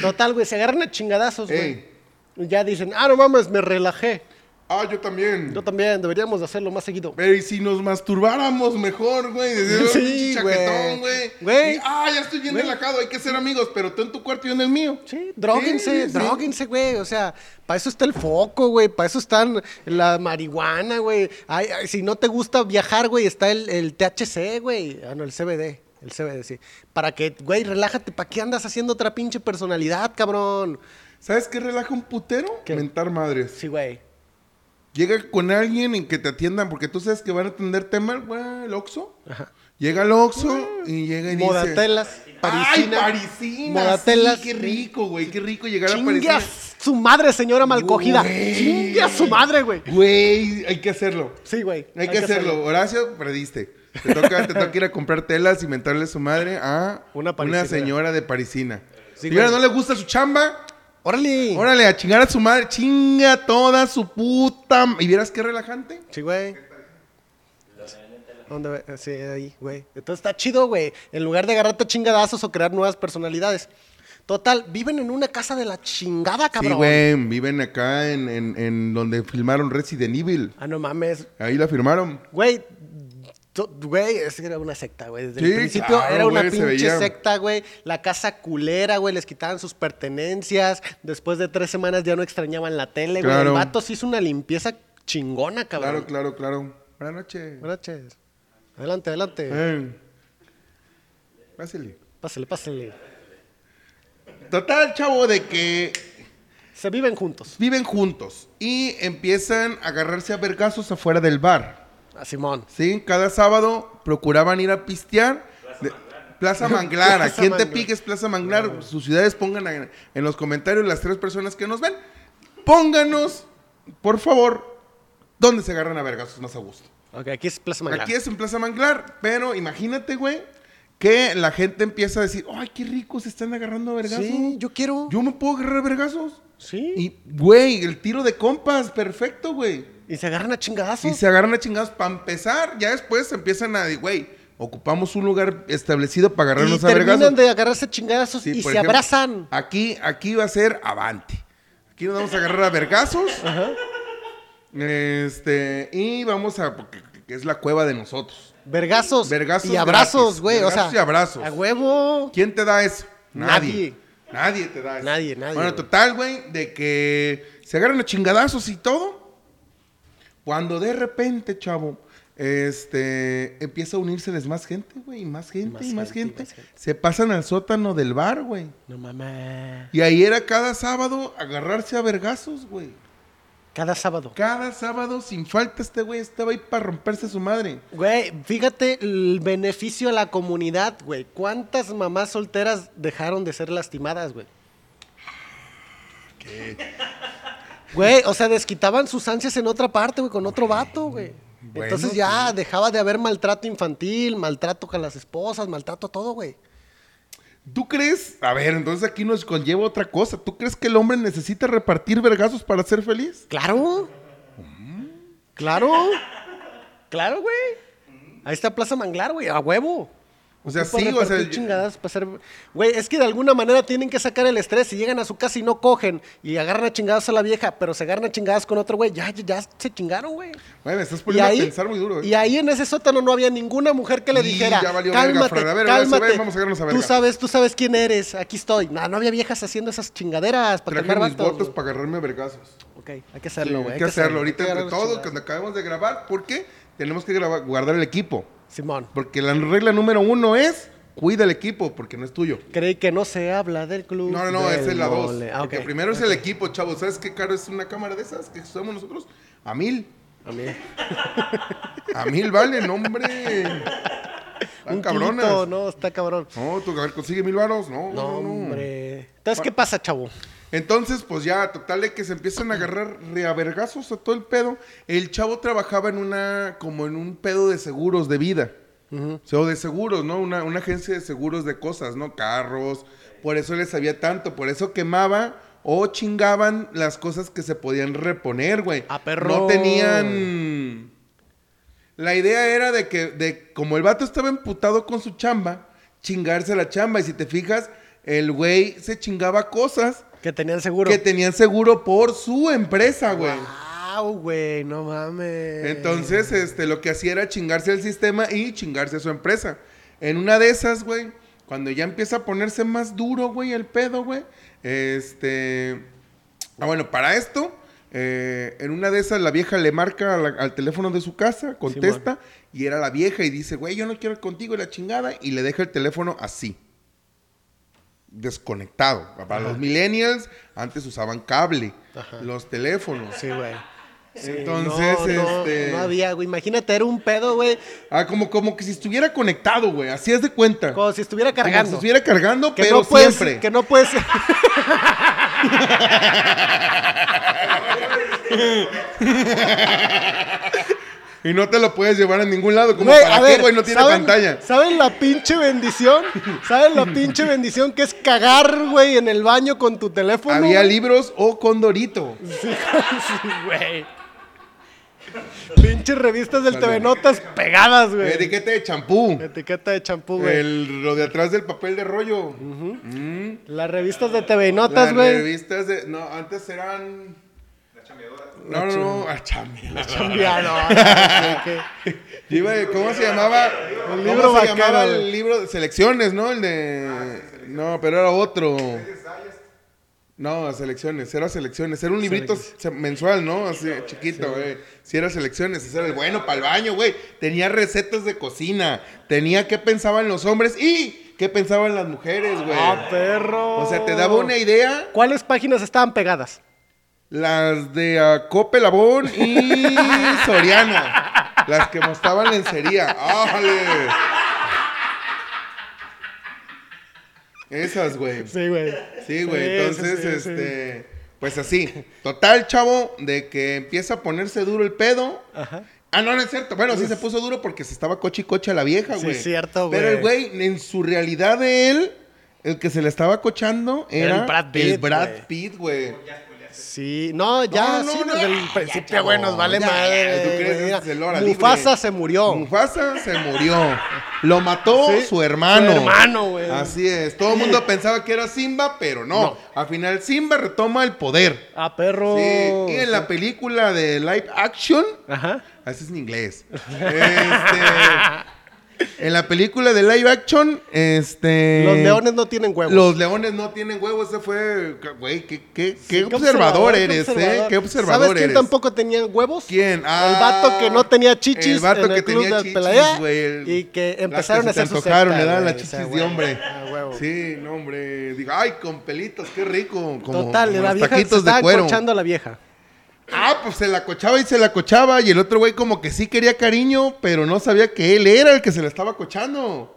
Total, güey, se agarran a chingadazos, güey.
Ey.
Y Ya dicen, ah, no mames, me relajé.
Ah, yo también.
Yo también, deberíamos de hacerlo más seguido.
Pero y si nos masturbáramos mejor,
*laughs*
güey. Desde
Sí,
pinche
güey.
chaquetón, güey.
Güey.
Y, Ah, ya estoy bien relajado, hay que ser amigos, pero tú en tu cuarto y yo en el mío.
Sí, droguense,
Sí, sí.
droguense, güey. O sea, para eso está el foco, güey. Para eso están la marihuana, güey. Ay, ay, si no te gusta viajar, güey, está el, el THC, güey. Ah, no, el CBD. El CBD, sí. Para que, güey, relájate. ¿Para qué andas haciendo otra pinche personalidad, cabrón?
¿Sabes qué relaja un putero?
¿Qué?
Mentar madres.
Sí, güey.
Llega con alguien en que te atiendan, porque tú sabes que van a atenderte mal, güey, el Oxxo. Llega el Oxxo y llega y
Modatelas,
dice...
parisina.
¡Ay, parisina!
Modatelas.
Sí, qué rico, güey, qué rico llegar a parisina.
Chingas su madre, señora malcogida.
Güey.
Chingas su madre, güey.
Güey, hay que hacerlo.
Sí, güey.
Hay, que, hacerlo. Horacio, perdiste. Te toca, te toca ir a comprar telas y mentarle a su madre a
Una
una,
parisina.
señora de parisina.
Sí,
señora,
güey.
¿no le gusta su chamba?
Órale.
Órale, a chingar a su madre. Chinga toda su puta... m- ¿Y vieras qué relajante?
Sí, güey. ¿Dónde, güey? Sí, ahí, güey. Entonces está chido, güey. En lugar de agarrarte a chingadazos o crear nuevas personalidades. Total, viven en una casa de la chingada, cabrón.
Sí, güey. Viven acá en, en- en donde filmaron Resident Evil.
Ah, no mames.
Ahí la firmaron.
Güey, to- güey, es que era una secta, güey. Desde
Sí,
el principio
claro,
era una
güey, se
pinche
veía.
secta, güey. La casa culera, güey. Les quitaban sus pertenencias. Después de tres semanas ya no extrañaban la tele, güey.
Claro.
El vato sí hizo una limpieza chingona, cabrón.
Claro, claro, claro. Buenas noches.
Buenas noches. Adelante, adelante.
Eh. Pásele.
Pásale, pásale.
Total, chavo, de que
Se viven juntos.
viven juntos y empiezan a agarrarse a vergazos afuera del bar.
A Ah, Simón.
¿sí? Cada sábado procuraban ir a pistear. De-
*laughs*
Plaza Manglar,
Plaza
a quien te
Manglar.
piques Plaza Manglar, sus ciudades pongan en, en los comentarios las tres personas que nos ven. Pónganos, por favor, dónde se agarran a vergazos más a gusto.
Ok, aquí es Plaza Manglar.
Aquí es en Plaza Manglar, pero imagínate, güey, que la gente empieza a decir, ay, qué ricos se están agarrando a vergazos.
Sí, yo quiero.
Yo me puedo agarrar a vergazos.
Sí. Y,
Y, güey, el tiro de compas, perfecto, güey.
se agarran a
Y
chingadazos.
se agarran a chingados para empezar. Ya después empiezan a, de, güey, ocupamos un lugar establecido para
Y
agarrarnos a
terminan
vergazos.
de agarrarse a chingadazos
Sí,
y se
por ejemplo,
abrazan.
Aquí, aquí va a ser avante. Aquí nos vamos a agarrar a vergazos. Este, y vamos a, porque que es la cueva de nosotros.
Vergazos.
Vergazos
Y abrazos,
gratis.
güey. O sea,
Vergazos y abrazos.
A huevo.
¿Quién te da eso?
Nadie.
Nadie, te da eso.
Nadie, nadie,
Bueno,
güey.
total, güey, de que se agarran a chingadazos y todo. Cuando de repente, chavo, Este, empieza a unírseles más gente, güey, y más gente, y más, gente, Se pasan al sótano del bar, güey.
No mames.
Y ahí era cada sábado agarrarse a vergazos, güey.
Cada sábado.
Cada sábado, sin falta, este güey estaba ahí para romperse su madre.
Güey, fíjate el beneficio a la comunidad, güey. ¿Cuántas mamás solteras dejaron de ser lastimadas, güey? Güey, o sea, desquitaban sus ansias en otra parte, güey, con otro vato, güey.
Bueno,
Entonces ya dejaba de haber maltrato infantil, maltrato con las esposas, maltrato todo, güey.
¿Tú crees? A ver, entonces aquí nos conlleva otra cosa. ¿Tú crees que el hombre necesita repartir vergazos para ser feliz?
Claro. Claro. Claro, güey. Ahí está Plaza Manglar, güey, a huevo.
O sea,
Ocupa
sí, o sea,
repartir chingadas para hacer- Güey, es que de alguna manera tienen que sacar el estrés. Si llegan a su casa y no cogen y agarran a chingadas a la vieja, pero se agarran a chingadas con otro güey, ya, ya, ya se chingaron, güey.
güey, me estás
Y
poniendo
ahí,
a pensar muy duro. eh.
y ahí en ese sótano no había ninguna mujer que le
Y
dijera,
ya valió verga,
cálmate,
Fran, a ver, a ver,
cálmate,
sube, vamos a agarrarnos a
tú
verga".
sabes, tú sabes quién eres, aquí estoy. No, no había viejas haciendo esas chingaderas para
Traje
calmar
mis
vatos,
votos
güey.
para agarrarme a vergazos.
Ok, hay que hacerlo,
Sí,
güey.
hay que hacerlo ahorita
hay que agarrar
entre
las
todos, cuando
chingadas.
acabamos de grabar, porque tenemos que grabar- guardar el equipo.
Simón,
Porque la regla número uno es cuida el equipo, porque no es tuyo.
creí que no se habla del club
No, no, no,
del
esa es la dos.
mole. Ah,
Porque
ok.
primero es el equipo, chavos. ¿Sabes qué caro es una cámara de esas que usamos nosotros? A mil.
A mí.
A mil vale,
*laughs*
hombre. Están
Un
cabronas.
kilito, no, está cabrón.
No, tú, a ver, consigue mil varos. No,
No,
no, no.
hombre. Entonces, ¿qué pasa, chavo?
Entonces, pues ya, total de que se empiezan a agarrar reavergazos a todo el pedo. El chavo trabajaba en una, como en un pedo de seguros de vida. O sea, o de seguros, ¿no? Una, una agencia de seguros de cosas, ¿no? Carros. Por eso les sabía tanto. Por eso quemaba o chingaban las cosas que se podían reponer, güey.
Ah, perro.
No tenían... La idea era de que, de, como el vato estaba emputado con su chamba, chingarse la chamba. Y si te fijas, el güey se chingaba cosas
Que tenían seguro.
que tenían seguro por su empresa, güey.
Wow, güey, no mames.
Entonces, este, lo que hacía era chingarse el sistema y chingarse a su empresa. En una de esas, güey, cuando ya empieza a ponerse más duro, güey, el pedo, güey, este... Ah, bueno, para esto, eh, en una de esas la vieja le marca a la- al teléfono de su casa, contesta, y era la vieja y dice, güey, yo no quiero ir contigo y la chingada, y le deja el teléfono así. Desconectado. Para los millennials, antes usaban cable, los teléfonos.
Sí, güey. Sí,
Entonces,
no,
este-
No, no había, güey. Imagínate, era un pedo, güey.
Ah, como, como que si estuviera conectado, güey. Así es de cuenta.
Como si estuviera
Como
cargando.
si estuviera cargando,
que
pero
no puedes,
siempre.
Que no puedes.
Y no te lo puedes llevar a ningún
*laughs*
lado. Como
Güey,
para
a
qué,
ver,
güey, no tiene
¿saben-
pantalla.
¿Saben la pinche bendición? ¿Saben la pinche bendición que es cagar, güey, en el baño con tu teléfono?
Había
güey?
libros o condorito.
Sí, *laughs* güey. Pinches revistas del TV Notas pegadas, güey.
Etiqueta Eh, de champú.
Etiqueta de champú, güey.
El, lo de atrás del papel de rollo.
Las revistas de TV Notas,
Las
güey.
revistas de. No, antes eran. La chambeadora. No, no, no. Ah, chambeadora. *laughs*
Chambeadora, güey, que-
Yo iba de- ¿Cómo se llamaba? ¿Cómo
libro
se
vaquero,
llamaba el
güey.
libro de selecciones, no? El de. no, pero era otro. No, selecciones, era selecciones. Era un librito se- mensual, ¿no? Así chiquito, güey. Si era selecciones, ese era el bueno para el baño, güey. Tenía recetas de cocina. Tenía qué pensaban los hombres y qué pensaban las mujeres, güey.
Ah, perro.
o sea, te daba e- una idea
¿Cuáles páginas estaban pegadas?
las de ah, Cope Labón
*laughs*
y Soriana. las que mostraban lencería. ¡Ájale! Esas, güey.
Sí, güey.
Sí, güey.
Sí,
Entonces,
sí, sí, sí.
este. Pues así. Total, chavo, de que empieza a ponerse duro el pedo.
Ajá.
Ah, no, no es cierto. Bueno, sí se puso duro porque se estaba coche y coche a la vieja,
Sí,
güey.
es cierto,
Pero el
güey.
güey, en su realidad de él, el que se le estaba cochando
Era
era,
el Brad Pitt,
el Brad
güey.
Pitt, güey.
Sí, no, ya,
No, no,
sí,
no,
desde
ya,
el
ya,
principio,
chavo,
güey, nos vale
ya, ya, ¿tú
madre.
crees?
güey, mira,
Es el hora libre.
Mufasa se murió.
Mufasa se murió. Lo mató
Sí,
su hermano.
su hermano, güey.
Así es. Todo el mundo pensaba que era Simba, pero no.
No.
Al final Simba retoma el poder.
Ah, perro.
Sí. Y en la película de live action,
Ajá.
así es en inglés. Este, En la película de live action, este.
Los leones no tienen huevos.
Los leones no tienen huevos. Ese fue. Güey, qué, qué, qué
Sí,
observador, eres,
qué
¿eh? Qué observador
¿Sabes quién
eres.
tampoco tenía huevos?
¿Quién?
el
Ah,
vato que no tenía chichis
El vato
en el
que
club
tenía
de
chichis,
pelea
güey, el-
y que
las
empezaron
se
a hacer
te
su
antojaron,
secta,
le daban
güey,
las
o sea,
chichis de
güey,
hombre.
a huevo.
Sí, no, hombre. Digo, ay, con pelitos, qué rico. Como,
Total,
como
la
los
vieja se
taquitos
estaba
de cuero.
corchando a la vieja.
Ah, pues se la cochaba y se la cochaba. Y el otro güey como que sí quería cariño, pero no sabía que él era el que se la estaba cochando. O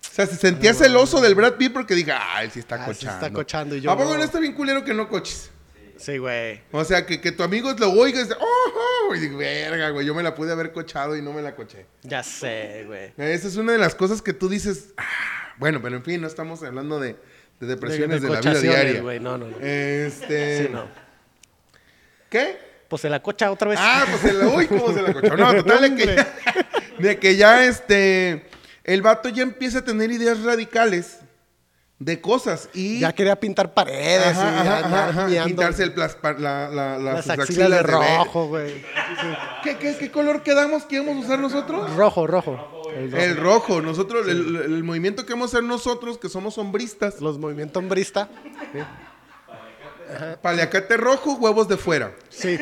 sea, se sentía celoso del Brad Pitt porque dije, ah, él sí está
Ah, sí
cochando.
está cochando y yo
¿A poco
no?
no está bien culero que no coches?
Sí, güey.
O sea, que, que tu amigo lo oiga y dice, ¡oh! oh", Y digo, verga, güey, yo me la pude haber cochado y no me la coché.
Ya sé, güey.
Esa es una de las cosas que tú dices, "Ah", bueno, pero en fin, no estamos hablando de, de depresiones de, la vida
cochaciones,
diaria.
güey, No, no, no.
Este...
Sí, no.
¿Qué?
Pues se la cocha otra vez. *laughs*
Ah, pues el, uy, cómo se la cochó. No, total de que, ya, *laughs* de que ya este. El vato ya empieza a tener ideas radicales de cosas y.
ya quería pintar
Ajá,
paredes y
ajá,
andar
ajá,
miando
pintarse el plas- pa- la, la- la-
las
sus
axilas, de
axilas de verde.
rojo, güey.
¿Qué, qué, qué color quedamos que íbamos a usar nosotros?
Rojo, rojo. El rojo.
El rojo. Nosotros, el, el movimiento que vamos a hacer nosotros, que somos sombristas,
Los movimientos hombrista.
paliacate rojo, huevos de fuera. *laughs*
Sí.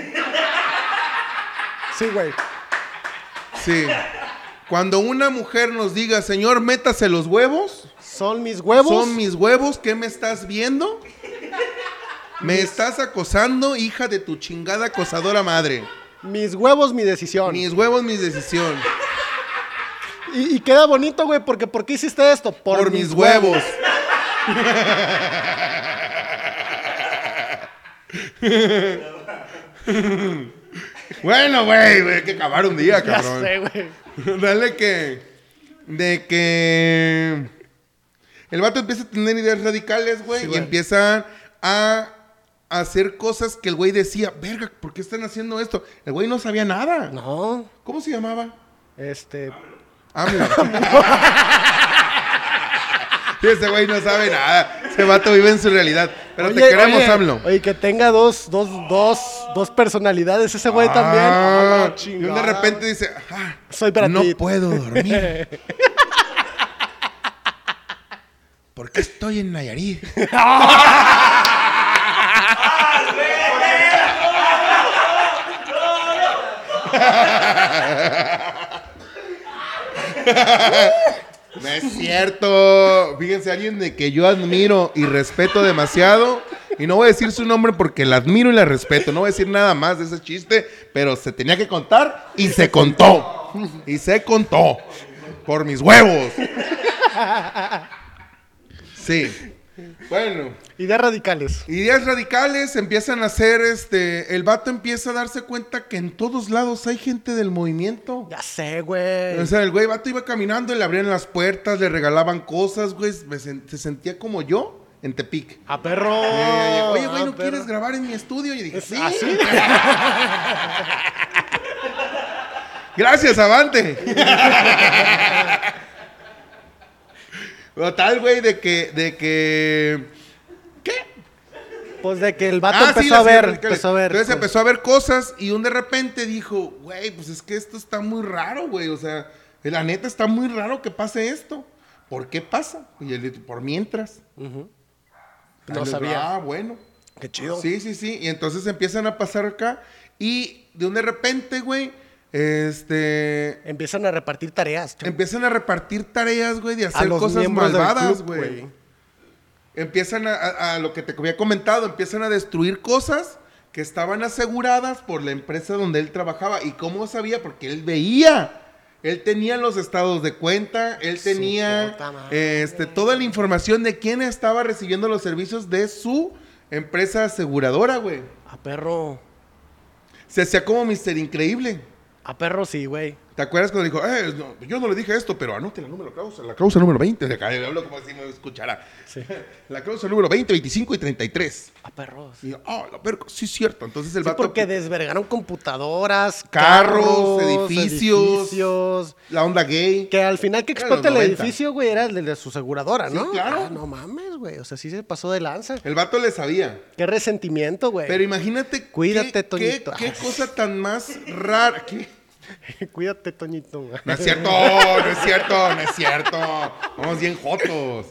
Sí, güey.
Sí. Cuando una mujer nos diga, señor, métase los huevos.
Son mis huevos.
Son mis huevos, ¿qué me estás viendo? Me estás acosando, hija de tu chingada acosadora madre.
Mis huevos, mi decisión.
Mis huevos, mi decisión.
Y, y queda bonito, güey, porque ¿por qué hiciste esto?
Por, mis, huevos.
*laughs*
bueno, güey, güey, hay que acabar un día,
Ya
cabrón.
sé, güey.
*laughs* Dale que. De que. El vato empieza a tener ideas radicales, güey.
Sí,
y
güey.
empieza a hacer cosas que el güey decía, verga, ¿por qué están haciendo esto? El güey no sabía nada.
No,
¿Cómo se llamaba?
este...
*laughs* AMLO. Y ese güey no sabe nada. Ese vato vive en su realidad. Pero te
Oye,
queremos,
oye,
AMLO.
Oye, que tenga dos, dos, dos, dos personalidades ese güey también.
Ah,
Ah, la
y uno
chingada.
de repente dice, ah,
Soy para
no
ti.
puedo dormir.
*laughs*
Porque estoy en Nayarit. No es cierto. Fíjense, alguien de que yo admiro y respeto demasiado. Y no voy a decir su nombre porque la admiro y la respeto. No voy a decir nada más de ese chiste, pero se tenía que contar y se contó. Y se contó. Por mis huevos. Sí. Bueno.
Ideas radicales.
Ideas radicales empiezan a hacer este. El vato empieza a darse cuenta que en todos lados hay gente del movimiento.
Ya sé, güey.
O sea, el güey vato iba caminando y le abrían las puertas, le regalaban cosas, güey. me sen- se sentía como yo en Tepic.
A perro.
Eh, Oye, güey,
a
¿no
perro.
quieres grabar en mi estudio? Y dije, sí.
Ah, ¿Así?
Gracias, Avante. Total, güey, de que, de que. ¿Qué?
Pues de que el vato empezó,
las
a ver,
ideas radicales.
empezó a ver.
Entonces empezó a ver cosas y un de repente dijo, güey, pues es que esto está muy raro, güey. O sea, la neta está muy raro que pase esto. ¿Por qué pasa? Y él dijo, por mientras.
No
Y le-
sabía.
Ah, bueno.
Qué chido.
Sí, sí, sí. Y entonces empiezan a pasar acá y de un de repente, güey, este...
Empiezan a repartir tareas. chum.
Empiezan a repartir tareas, güey, de hacer
los
cosas
miembros del
malvadas,
club,
güey.
güey.
Empiezan a, a- a lo que te había comentado, empiezan a destruir cosas que estaban aseguradas por la empresa donde él trabajaba. ¿Y cómo sabía? Porque él veía. Él tenía los estados de cuenta, él tenía
puta madre.
este, toda la información de quién estaba recibiendo los servicios de su empresa aseguradora, güey.
A perro.
Se hacía como Mister Increíble.
A perro sí, güey.
¿Te acuerdas cuando dijo, eh, no, yo no le dije esto, pero anote la número causa, la causa número *laughs* 20? Le hablo como si me escuchara.
Sí.
*laughs* La causa número 20, 25 y 33.
A perros.
Y yo, ah, la verga, sí es cierto. Entonces el
Sí,
vato...
porque desvergaron computadoras,
Carros,
carros,
edificios.
edificios,
La onda gay.
Que al final que
Era
explota
los
el
90.
edificio, güey, era el de su aseguradora,
Sí,
¿no?
claro.
Ah, no mames, güey. O sea, sí se pasó de lanza.
El vato le sabía.
Qué resentimiento, güey.
Pero imagínate...
Cuídate,
qué, qué,
Toñito.
qué cosa tan más rara... ¿Qué?
*laughs* Cuídate, Toñito.
No es cierto, no es cierto, no es cierto. Vamos bien jotos.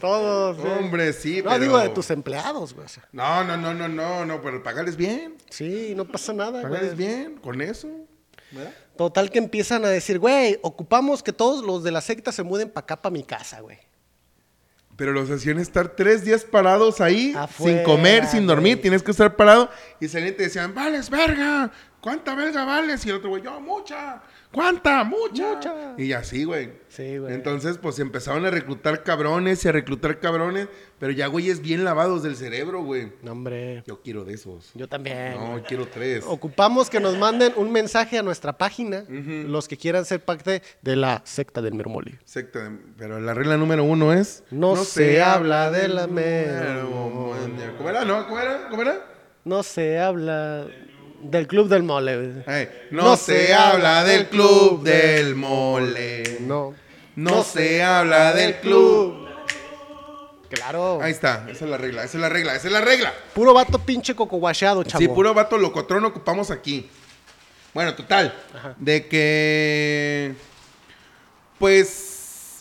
*laughs* Todos. güey.
Hombre, sí,
No,
pero-
digo de tus empleados, güey. o sea,
No, no, no, no, no, no, pero pagarles bien.
Sí, no pasa nada,
Pagarles
güey.
bien con eso.
Total que empiezan a decir, güey, ocupamos que todos los de la secta se muden para acá, para mi casa, güey.
Pero los hacían estar tres días parados ahí,
Afuera,
sin comer, sin dormir,
güey.
tienes que estar parado. Y salían y te decían, vales, verga, ¿cuánta verga vales? Y el otro güey, yo, mucha, ¿cuánta? Mucha.
Mucha.
Y así, güey.
Sí, güey.
Entonces, pues empezaron a reclutar cabrones y a reclutar cabrones, pero ya güeyes bien lavados del cerebro, güey.
No, hombre.
Yo quiero de esos.
Yo también.
No,
güey.
quiero tres.
Ocupamos que nos manden un mensaje a nuestra página, los que quieran ser parte de la secta del Mermoli.
Secta de- pero la regla número uno es...
No se habla de la mera-
mera- ¿Cómo era? ¿No? ¿Cómo era? ¿Cómo era?
No se habla del club del mole. güey.
Ay, no, se, habla del club del mole.
No.
No se habla del club.
Claro.
Ahí está, esa es la regla, esa es la regla, esa es la regla.
Puro vato pinche cocoguacheado, chavo.
Sí, puro vato locotrón ocupamos aquí. Bueno, total. De que. Pues.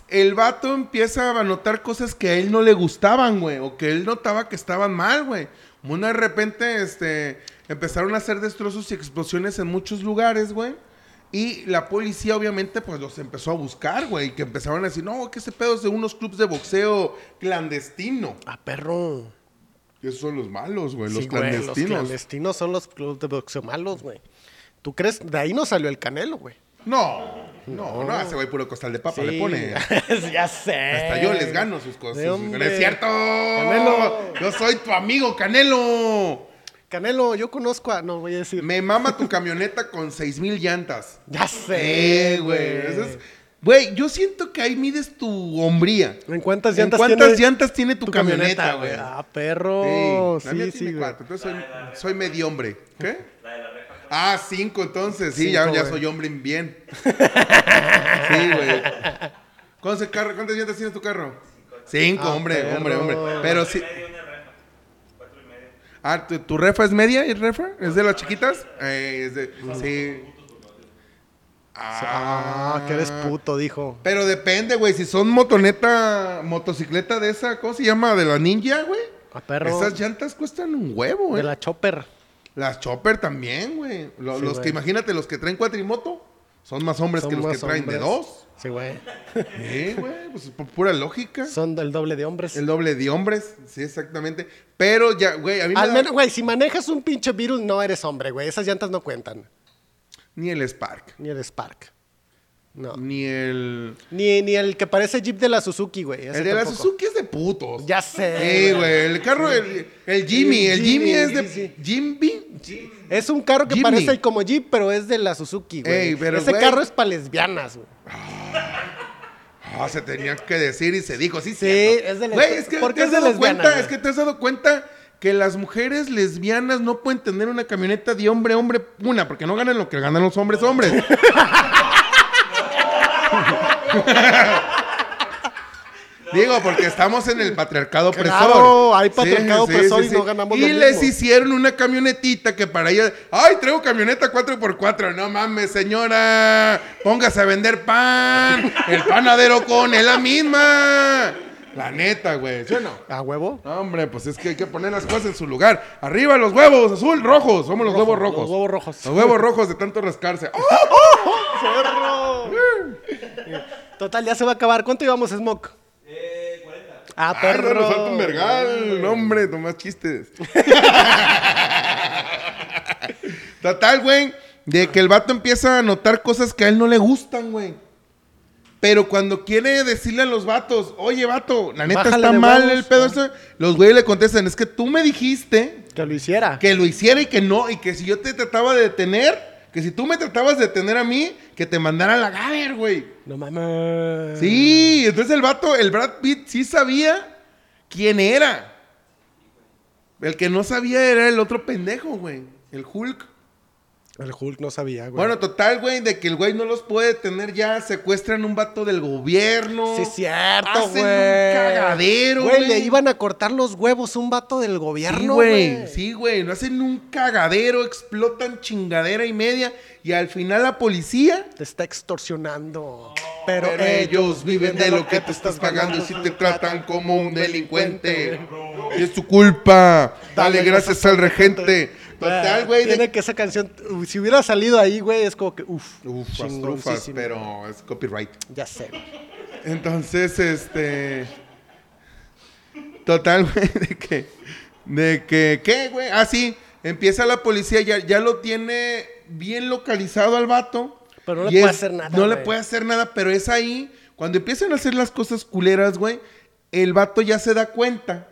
El vato empieza a notar cosas que a él no le gustaban, güey. O que él notaba que estaban mal, güey. Como una de repente, este. Empezaron a hacer destrozos y explosiones en muchos lugares, güey. Y la policía, obviamente, pues los empezó a buscar, güey. Que empezaron a decir, no, que ese pedo es de unos clubes de boxeo clandestino.
Ah, perro.
Y esos son los malos, güey.
Sí,
Los
güey,
clandestinos.
los clandestinos son los clubes de boxeo malos, güey. ¿Tú crees? De ahí no salió el canelo, güey.
No, no, no, ese güey puro costal de papa le pone.
*laughs* ya sé.
Hasta yo les gano sus cosas.
¿De
sus-
dónde?
¡No es cierto!
Canelo.
Yo soy tu amigo, Canelo.
Canelo, yo conozco a. No voy a decir.
Me mama tu camioneta con seis mil llantas.
Ya
Eh,
sé,
güey. eso es- Güey, yo siento que ahí mides tu hombría.
¿En cuántas llantas
¿En cuántas
tiene
llantas tiene tu, camioneta, güey?
Ah, perro.
la mía
Sí, sí,
tiene
güey.
cuatro, entonces soy, soy medio hombre. ¿Qué? Ah, cinco, entonces. Sí,
Cinco,
ya, ya
güey.
soy hombre
*laughs*
bien. sí, güey. ¿Cuántos carro- ¿Cuántas llantas tiene tu carro? Cinco,
Ah,
hombre,
perro.
hombre, hombre. Pero sí. Ah, ¿tu, tu refa es media? ¿Es refa? ¿Es de las chiquitas? Eh, es de, sí.
Ah, que eres puto, dijo.
Pero depende, güey. Si son motoneta, motocicleta de esa, ¿cómo se llama? De la ninja, güey.
A perro.
Esas llantas cuestan un huevo, güey.
De la chopper.
Las chopper también, güey. Lo- Los,
Sí, güey.
que imagínate, los que traen cuatrimoto, son más hombres
Son
que los que
más
traen de
hombres.
dos.
Sí, güey.
Sí, güey, pues por
*laughs*
pura lógica.
Son del doble de hombres.
El doble de hombres, sí, exactamente. Pero ya, güey, a mí me
Al
da-
menos, güey, si manejas un pinche virus, no eres hombre, güey. Esas llantas no cuentan.
ni el Spark,
Ni el Spark. No.
ni el...
Ni, ni el que parece Jeep de la Suzuki, güey. ese
El de la
tampoco.
Suzuki es de putos.
Ya sé,
Sí,
güey.
güey, el carro, el, el Jimmy, el Jimmy
Jimmy,
es de...
sí, sí.
Jimmy,
Es un carro que
Jimny.
parece como Jeep, pero es de la Suzuki, güey.
Ey, pero,
Ese
güey.
carro es para lesbianas, güey.
Ah, se tenía que decir y se dijo, sí, sí.
es de les-
Güey, es que
¿por
te
qué
has
es de
dado
lesbiana,
cuenta,
güey?
es que te has dado cuenta que las mujeres lesbianas no pueden tener una camioneta de hombre hombre una, porque no ganan lo que ganan los
*laughs*
hombres hombres. Digo, porque estamos en el patriarcado opresor.
Claro, hay patriarcado opresor y no ganamos
Y
lo
les
mismo.
hicieron una camionetita que para ella, ay, traigo camioneta 4x4, no mames, señora, póngase a vender pan, el panadero con es la misma. La neta, güey, ¿sí o no?
¿A huevo?
No, Hombre, pues es que hay que poner las cosas en su lugar. Arriba los huevos, azul, rojos. Somos los
Rojo,
huevos rojos.
los huevos rojos.
Los huevos rojos de tanto rascarse.
*laughs*
¡Oh!
Total, ya se va a acabar. ¿Cuánto íbamos, Smoke? Eh, 40. Ah,
Ay,
perro.
no nos falta un vergal. No, hombre,
*laughs*
nomás chistes. Total, güey, de que el vato empieza a notar cosas que a él no le gustan, güey. Pero cuando quiere decirle a los vatos, oye, vato, la neta
Bájale
está
de
mal
huevos".
el pedo
Ah.
ese", los güeyes le contestan, es que tú me dijiste
Que lo hiciera.
que lo hiciera y que no, y que si yo te trataba de detener, que si tú me tratabas de detener a mí, que te mandara a la Gaber, güey.
No mames. Mm.
Sí, entonces el vato, el Brad Pitt sí sabía quién era. El que no sabía era el otro pendejo, güey, el Hulk.
El Hulk no sabía, güey.
Bueno, total, güey, de que el güey no los puede tener ya, secuestran un vato del gobierno.
Sí, es cierto,
Hacen
güey.
un cagadero, güey.
Le iban a cortar los huevos un vato del
Sí,
gobierno,
güey.
güey.
Sí, güey. No hacen un cagadero, explotan chingadera y media. Y al final la policía.
Te está extorsionando. Pero, eh,
Pero ellos viven de lo que te estás pagando y si te tratan como un delincuente. Y es tu culpa. Dale gracias al regente. Total, güey. de-
Tiene que esa canción. uh, Si hubiera salido ahí, güey, es como que. Uf,
Ufas,
chingoncísima.
trufas, pero es copyright.
Ya sé. güey.
Entonces, este. Total, *laughs* güey, de que. De que. ¿Qué, güey? Ah, sí. Empieza la policía, ya, ya lo tiene bien localizado al vato.
Pero no le
Y
puede
es-
hacer nada,
No le
güey.
puede hacer nada, pero es ahí. Cuando empiezan a hacer las cosas culeras, güey, el vato ya se da cuenta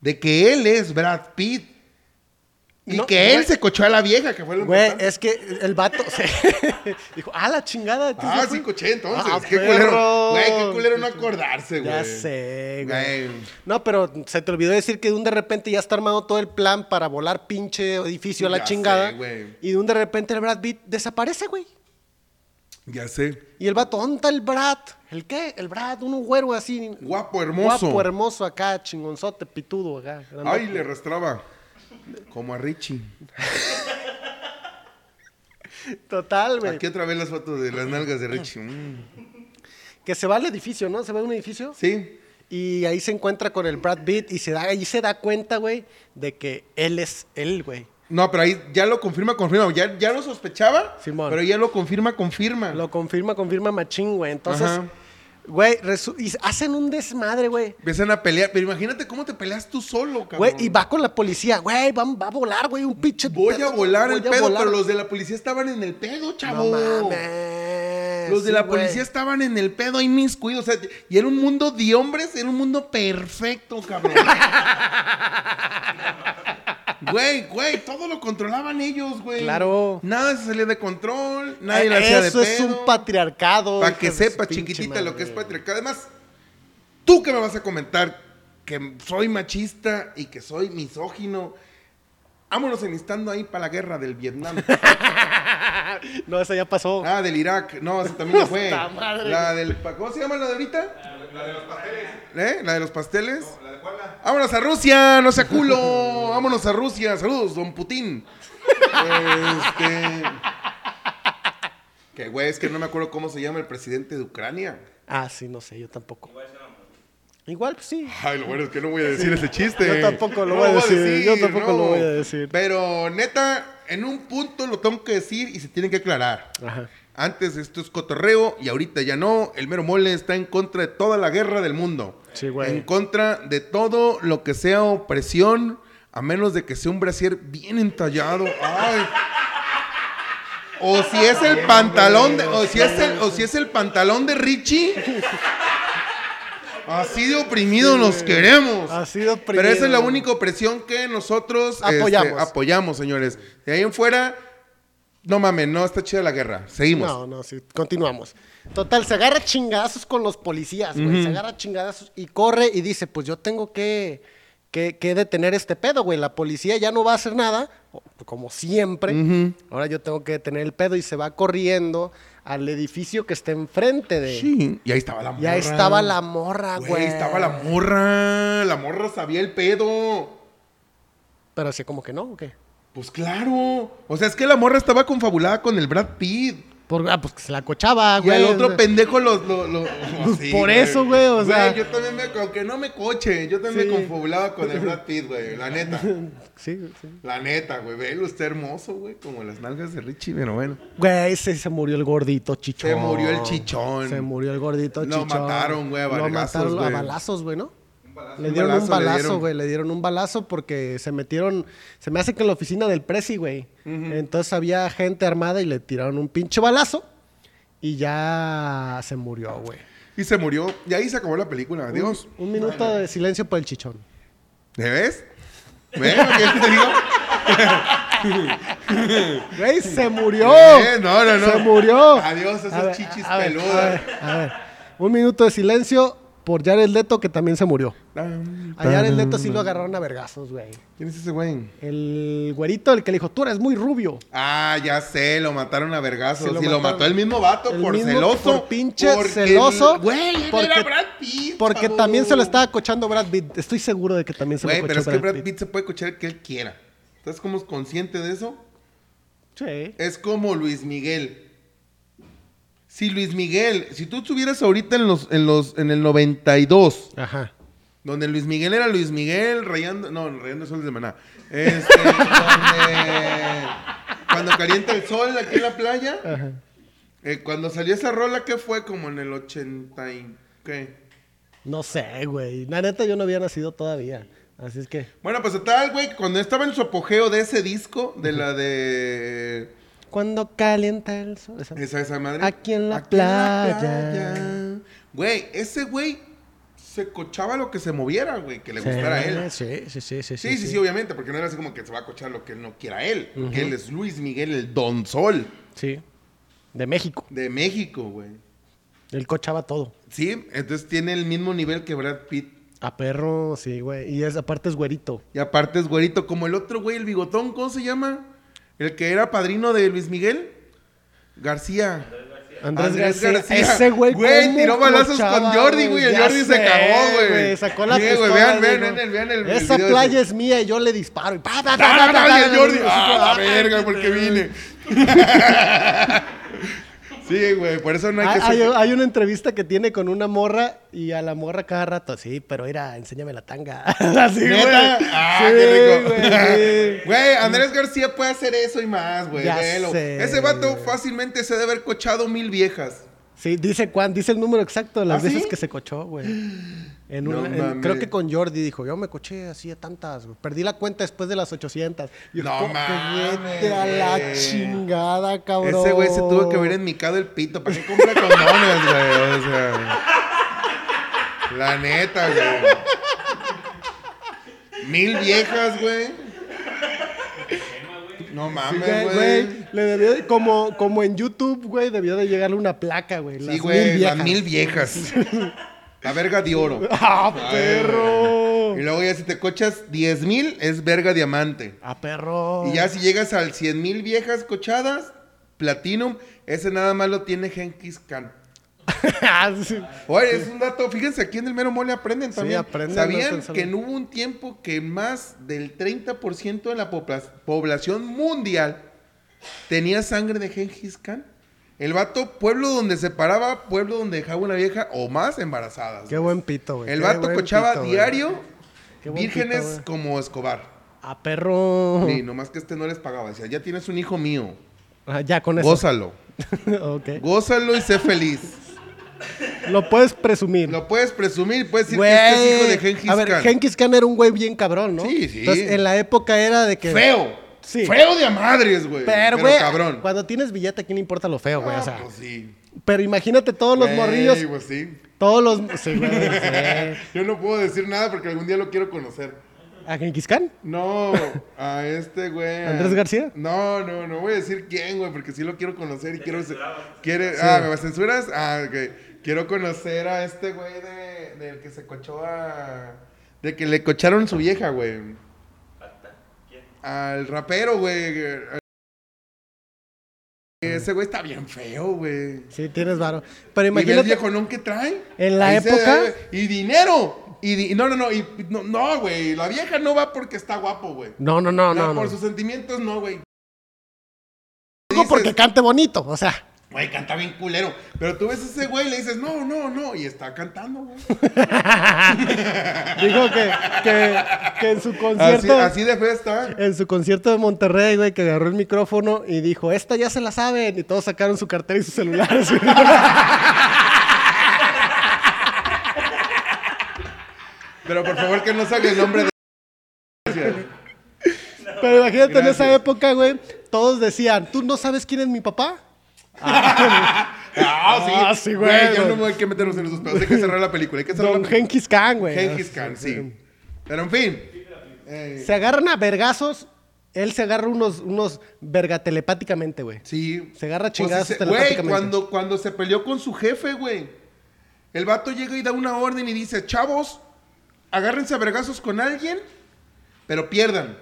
de que él es Brad Pitt. Y
No,
que él
güey.
se cochó a la vieja, que fue lo
Güey,
importante.
es que el vato se *laughs* dijo, ah, la chingada. entonces
Ah,
yo fui".
sí, coché entonces.
Ah,
qué
perro.
culero. Güey, qué culero no acordarse, güey.
Ya sé, güey.
Güey.
No, pero se te olvidó decir que de un de repente ya está armado todo el plan para volar pinche edificio a la
Ya
chingada.
sé, güey.
y de un de repente el Brad Pitt desaparece, güey.
Ya sé.
Y el vato, ¿dónde está el Brad? ¿El qué? El Brad, un güero así.
Guapo, hermoso.
Guapo, hermoso acá, chingonzote, pitudo acá. grandote.
Ay, le arrastraba. Como a Richie.
Total, güey.
Aquí otra vez las fotos de las nalgas de Richie. Mm.
Que se va al edificio, ¿no? Se va a un edificio.
Sí.
Y ahí se encuentra con el Brad Pitt y se da, ahí se da cuenta, güey, de que él es él, güey.
No, pero ahí ya lo confirma, confirma. Ya, ya lo sospechaba,
Simón.
pero ya lo confirma, confirma.
Lo confirma, confirma machín, güey. Entonces,
Ajá.
güey, resu- y hacen un desmadre, güey.
Empiezan a pelear. Pero imagínate cómo te peleas tú solo, cabrón.
Güey, y va con la policía, güey, va, va a volar, güey, un pinche...
Voy a volar
voy
el
a
pedo,
volar.
pero los de la policía estaban en el pedo,
No
chavo.
mames.
Los de
sí,
la
güey.
policía estaban en el pedo ahí miscuidos. O sea, y era un mundo de hombres, era un mundo perfecto,
*laughs*
cabrón. güey, güey, todo lo controlaban ellos, güey.
Claro.
Nada se salía de control, nadie
Eh,
la hacía de
Eso es
pedo.
un patriarcado.
Para
hija
que
de su
sepa,
pinche
chiquitita, lo que es
madre.
patriarcado. Además, tú que me vas a comentar que soy machista y que soy misógino. Vámonos enlistando ahí para la guerra del Vietnam.
No, eso ya pasó.
Ah, del Irak. No, esa también ya
*laughs*
fue.
Puta madre.
La del... pa- ¿Cómo se llama la de ahorita? ¿Eh? ¿La de los pasteles? ¡Vámonos a Rusia! ¡No sea culo! ¡Vámonos a Rusia! ¡Saludos, don Putin! este... Que güey, es que no me acuerdo cómo se llama el presidente de Ucrania.
Ah, sí, no sé, yo tampoco. Igual, pues sí.
Ay, lo bueno es que no voy a decir ese chiste.
Yo tampoco lo voy a decir, yo tampoco lo voy a decir.
Pero neta, en un punto lo tengo que decir y se tiene que aclarar.
Ajá.
Antes esto es cotorreo y ahorita ya no. El mero mole está en contra de toda la guerra del mundo.
Sí, güey.
En contra de todo lo que sea opresión, a menos de que sea un brasier bien entallado. Ay. O si es el pantalón de, o si es el, o si es el pantalón de Richie. Así de oprimido nos queremos.
Así de oprimido.
Pero esa es la única opresión que nosotros este,
Apoyamos.
apoyamos, señores. De ahí en fuera, no mames, no está chida la guerra. Seguimos.
No, no, sí, continuamos. Total, se agarra chingazos con los policías, güey. Se agarra chingazos y corre y dice, pues yo tengo que, que, que detener este pedo, güey. La policía ya no va a hacer nada, o- como siempre. Ahora yo tengo que detener el pedo y se va corriendo al edificio que está enfrente de...
Sí. Y ahí estaba la morra.
Y ahí estaba la morra,
Güey,
güey.
Ahí estaba la morra. La morra sabía el pedo.
Pero así como que no, ¿o qué?
Pues claro. O sea, es que la morra estaba confabulada con el Brad Pitt.
Por- ah, pues que se la cochaba,
Y
güey.
al
o
otro
sea.
pendejo los... los-
*laughs*
los- así,
por eso, güey, o sea.
Yo también me... Aunque no me coche, yo también
Sí.
me confabulaba con el Brad Pitt, güey.
*laughs*
La neta.
Sí, sí.
La neta, güey. Velo, está hermoso, güey. Como las nalgas de Richie, pero bueno.
Güey, se, se murió el gordito chichón.
Se murió el chichón.
Se murió el gordito
Lo
chichón.
mataron, güey, a
Lo
vergazos,
mataron a
güey.
balazos, güey, ¿no? Le
Un
dieron un
balazo le
balazo,
dieron.
güey. Le dieron un balazo porque se metieron. Se me hace que en la oficina del Prezi, güey. Entonces había gente armada y le tiraron un pinche balazo. Y ya se murió, güey.
Y se murió. Y ahí se acabó la película. Adiós.
Un, un minuto de silencio por el chichón.
¿Me ves? ¿Ves lo que te digo?
Güey, se murió.
Eh, no, no, no.
Se murió.
Adiós a esas
ver,
chichis
a ver,
peludas.
A ver, a ver. Un minuto de silencio por Jared Leto, que también se murió.
Tam,
A Jared
tam,
Leto sí lo
tam.
agarraron a vergazos, güey.
¿Quién es ese güey?
El güerito, el que le dijo, tú eres muy rubio.
Ah, ya sé, lo mataron a vergazos.
Sí, lo
y lo
mataron.
mató el mismo vato
El
por
mismo-
celoso.
por pinche
porque-
celoso,
Güey,
porque-
era Brad Pitt.
Porque
chavo.
también se lo estaba cochando Brad Pitt. Estoy seguro de que también se
Güey,
lo
pero
cochó
es que Brad Pitt se puede cochar el que él quiera. ¿Estás como consciente de eso?
Sí.
Es como Luis Miguel. Si Luis Miguel, si tú estuvieras ahorita en los, en los, en el 92,
Ajá.
Donde Luis Miguel era Luis Miguel, rayando. No, rayando el sol de maná. Este, *laughs* donde. Cuando calienta el sol aquí en la playa.
Ajá.
eh, cuando salió esa rola, ¿qué fue? Como en el 80 y. ¿Qué?
No sé, güey. La neta yo no había nacido todavía. Así es que.
Bueno, pues tal, güey, que cuando estaba en su apogeo de ese disco, de la de.
Cuando calienta el sol. esa-
Esa, esa madre.
Aquí en la playa.
Güey, ese güey se cochaba lo que se moviera, güey, que le gustara a él.
Sí, sí, sí, sí.
Sí, sí, sí, obviamente, porque no era así como que se va a cochar lo que él no quiera él. Que él es Luis Miguel, el Don Sol
Sí. De México.
de México, güey.
Él cochaba todo.
Sí, entonces tiene el mismo nivel que Brad Pitt.
A perro, sí, güey. Y es, aparte es güerito.
Y aparte es güerito, como el otro güey, el bigotón, ¿cómo se llama? El que era padrino de Luis Miguel. García.
Andrés, García. Ese güey.
Güey,
cómo
tiró balazos
cochaba,
con Jordi, güey. El
Ya
Jordi se
sé,
cagó, güey.
Sacó la
Sí, güey,
pistola.
Vean,
güey,
vean,
no.
vean, el- vean el el
Esa
video de-
playa es mía y yo le disparo. Y pa, pa, pa,
*laughs* ¡Ah,
pa, pa,
dale,
pa,
Jordi!
así como,
¡Ah,
ah,
la verga! Porque *laughs* vine. sí, güey, por eso no hay que
Ah, Hay, hay-
ser-
hay una entrevista que tiene con una morra y a la morra cada rato, sí, pero era, enséñame la tanga. *laughs* Así, güey.
¿Neta? ¡Ah,
Sí,
qué rico!
güey, sí.
*laughs* Güey, Andrés García puede hacer eso y más, güey.
Ya
velo.
sé,
Ese vato
güey.
fácilmente se debe haber cochado mil viejas.
Sí, dice cuán, dice el número exacto de las
¿Ah,
veces
sí?
que se cochó, güey. En
No
una- en-
mames.
creo que con Jordi dijo, yo me coché así a tantas, güey. Perdí la cuenta después de las 800. Yo,
No
"Co- que
mames,
vete a la
güey.
chingada, cabrón.
Ese güey se tuvo que haber enmicado el pito. ¿Para qué compra condones, güey? O sea. La neta, güey. Mil viejas, güey. No mames,
Güey,
güey.
güey, le debió de- como, como en YouTube, güey, debió de llegarle una placa, güey.
Sí,
las
güey,
mil
las
viejas.
mil viejas. La verga de oro.
*laughs* ¡Ah,
A ver,
perro!
Y luego ya si te cochas 10 mil es verga diamante.
¡Ah, perro!
Y ya si llegas al 100 mil viejas cochadas, platinum, ese nada más lo tiene Genkis Khan.
Ah, sí.
Oye, es un dato, fíjense, aquí en el mero mole aprenden también.
aprenden, no
¿Sabían
tan solo-
que no hubo un tiempo que más del 30% de la popla- población mundial tenía sangre de Genkis Khan? El vato, pueblo donde se paraba, pueblo donde dejaba una vieja o más
*laughs*
embarazadas.
¡Qué buen pito, güey!
El
qué
vato
buen
cochaba
pito, güey.
diario
Qué buen
vírgenes
pito, güey.
como Escobar.
¡Ah, perro!
Sí, nomás que este no les pagaba. Decía, ya tienes un hijo mío.
Ah, ya, con eso.
Gózalo.
*laughs* ok.
Gózalo y sé feliz.
Lo puedes presumir.
Lo puedes presumir, puedes decir
Güey.
que este es hijo de Genghis
A ver,
Khan.
Genghis Khan era un güey bien cabrón, ¿no?
Sí, sí.
Entonces, en la época era de que...
Feo.
Sí.
Feo de a madres, güey.
Pero, güey,
cabrón.
cuando tienes billete, ¿a quién le importa lo feo, güey?
Ah,
o sea,
pues sí.
pero imagínate todos los
Güey,
morrillos,
pues sí.
todos los... Sí, güey, sí.
Yo no puedo decir nada porque algún día lo quiero conocer.
¿A Genghis Khan?
No, a este güey. a-
¿Andrés García?
No, no, no voy a decir quién, güey, porque sí lo quiero conocer y quiero. quiere- Ah, ¿me censuras? Ah, ok. Quiero conocer a este güey de, del que se cochó a. De que le cocharon su vieja, güey. Al rapero, güey. Ese güey está bien feo, güey.
Sí, tienes varo. Pero
Y ve el
imagínate...
viejonón que trae.
En la
Ahí se
época-
ve, y dinero. Y di- no, no, no. Y, no, no, güey. La vieja no va porque está guapo, güey.
No, no, no,
No,
no.
por
no.
sus sentimientos no, güey.
Digo porque
dices-
cante bonito, o sea...
Güey, canta bien culero. Pero tú ves a ese güey y le dices, no, no, no. Y está cantando,
*laughs*
güey.
Dijo que, que, que en su
Así,
concierto.
así de feo está.
En su concierto de Monterrey, güey, que agarró el micrófono y dijo, esta ya se la saben. Y todos sacaron su cartera y sus celulares.
*laughs*
güey.
Pero por favor que no salga
*laughs*
el nombre de.
Pero imagínate en esa
Gracias.
época, güey, todos decían, ¿tú no sabes quién es mi papá?
Ah, sí.
Ah, sí, güey,
Ya
güey.
no hay que meternos en esos pedos. Hay que cerrar la película. Hay que cerrar
Don
la película.
Genghis Khan, güey.
Genghis Khan, sí. Pero en fin. Eh,
Se agarran a vergazos. Él se agarra unos, unos verga telepáticamente, güey.
Sí.
Se agarra a chingazos
ese- Güey,
telepáticamente.
cuando, cuando se peleó con su jefe, güey. El vato llega y da una orden y dice, chavos, agárrense a vergazos con alguien, pero pierdan.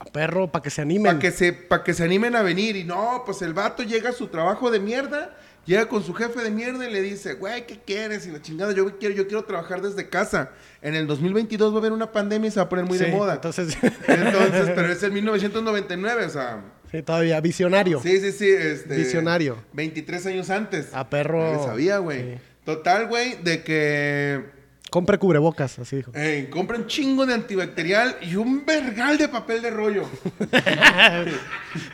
A perro, para que se animen.
Para que, se, pa' que se animen a venir. Y no, pues el vato llega a su trabajo de mierda, llega con su jefe de mierda y le dice, güey, ¿qué quieres? Y la chingada, yo quiero, yo quiero trabajar desde casa. En el 2022 va a haber una pandemia y se va a poner muy
Sí,
de moda. Entonces,
Entonces, *laughs*
pero es el 1999, o sea...
sí, todavía visionario.
Sí, sí, sí. Este,
Visionario.
23 años antes.
A perro.
No le sabía, güey.
Sí.
Total, güey, de que
Compre cubrebocas, así dijo. *laughs*
eh, compra un chingo de antibacterial y un vergal de papel de rollo.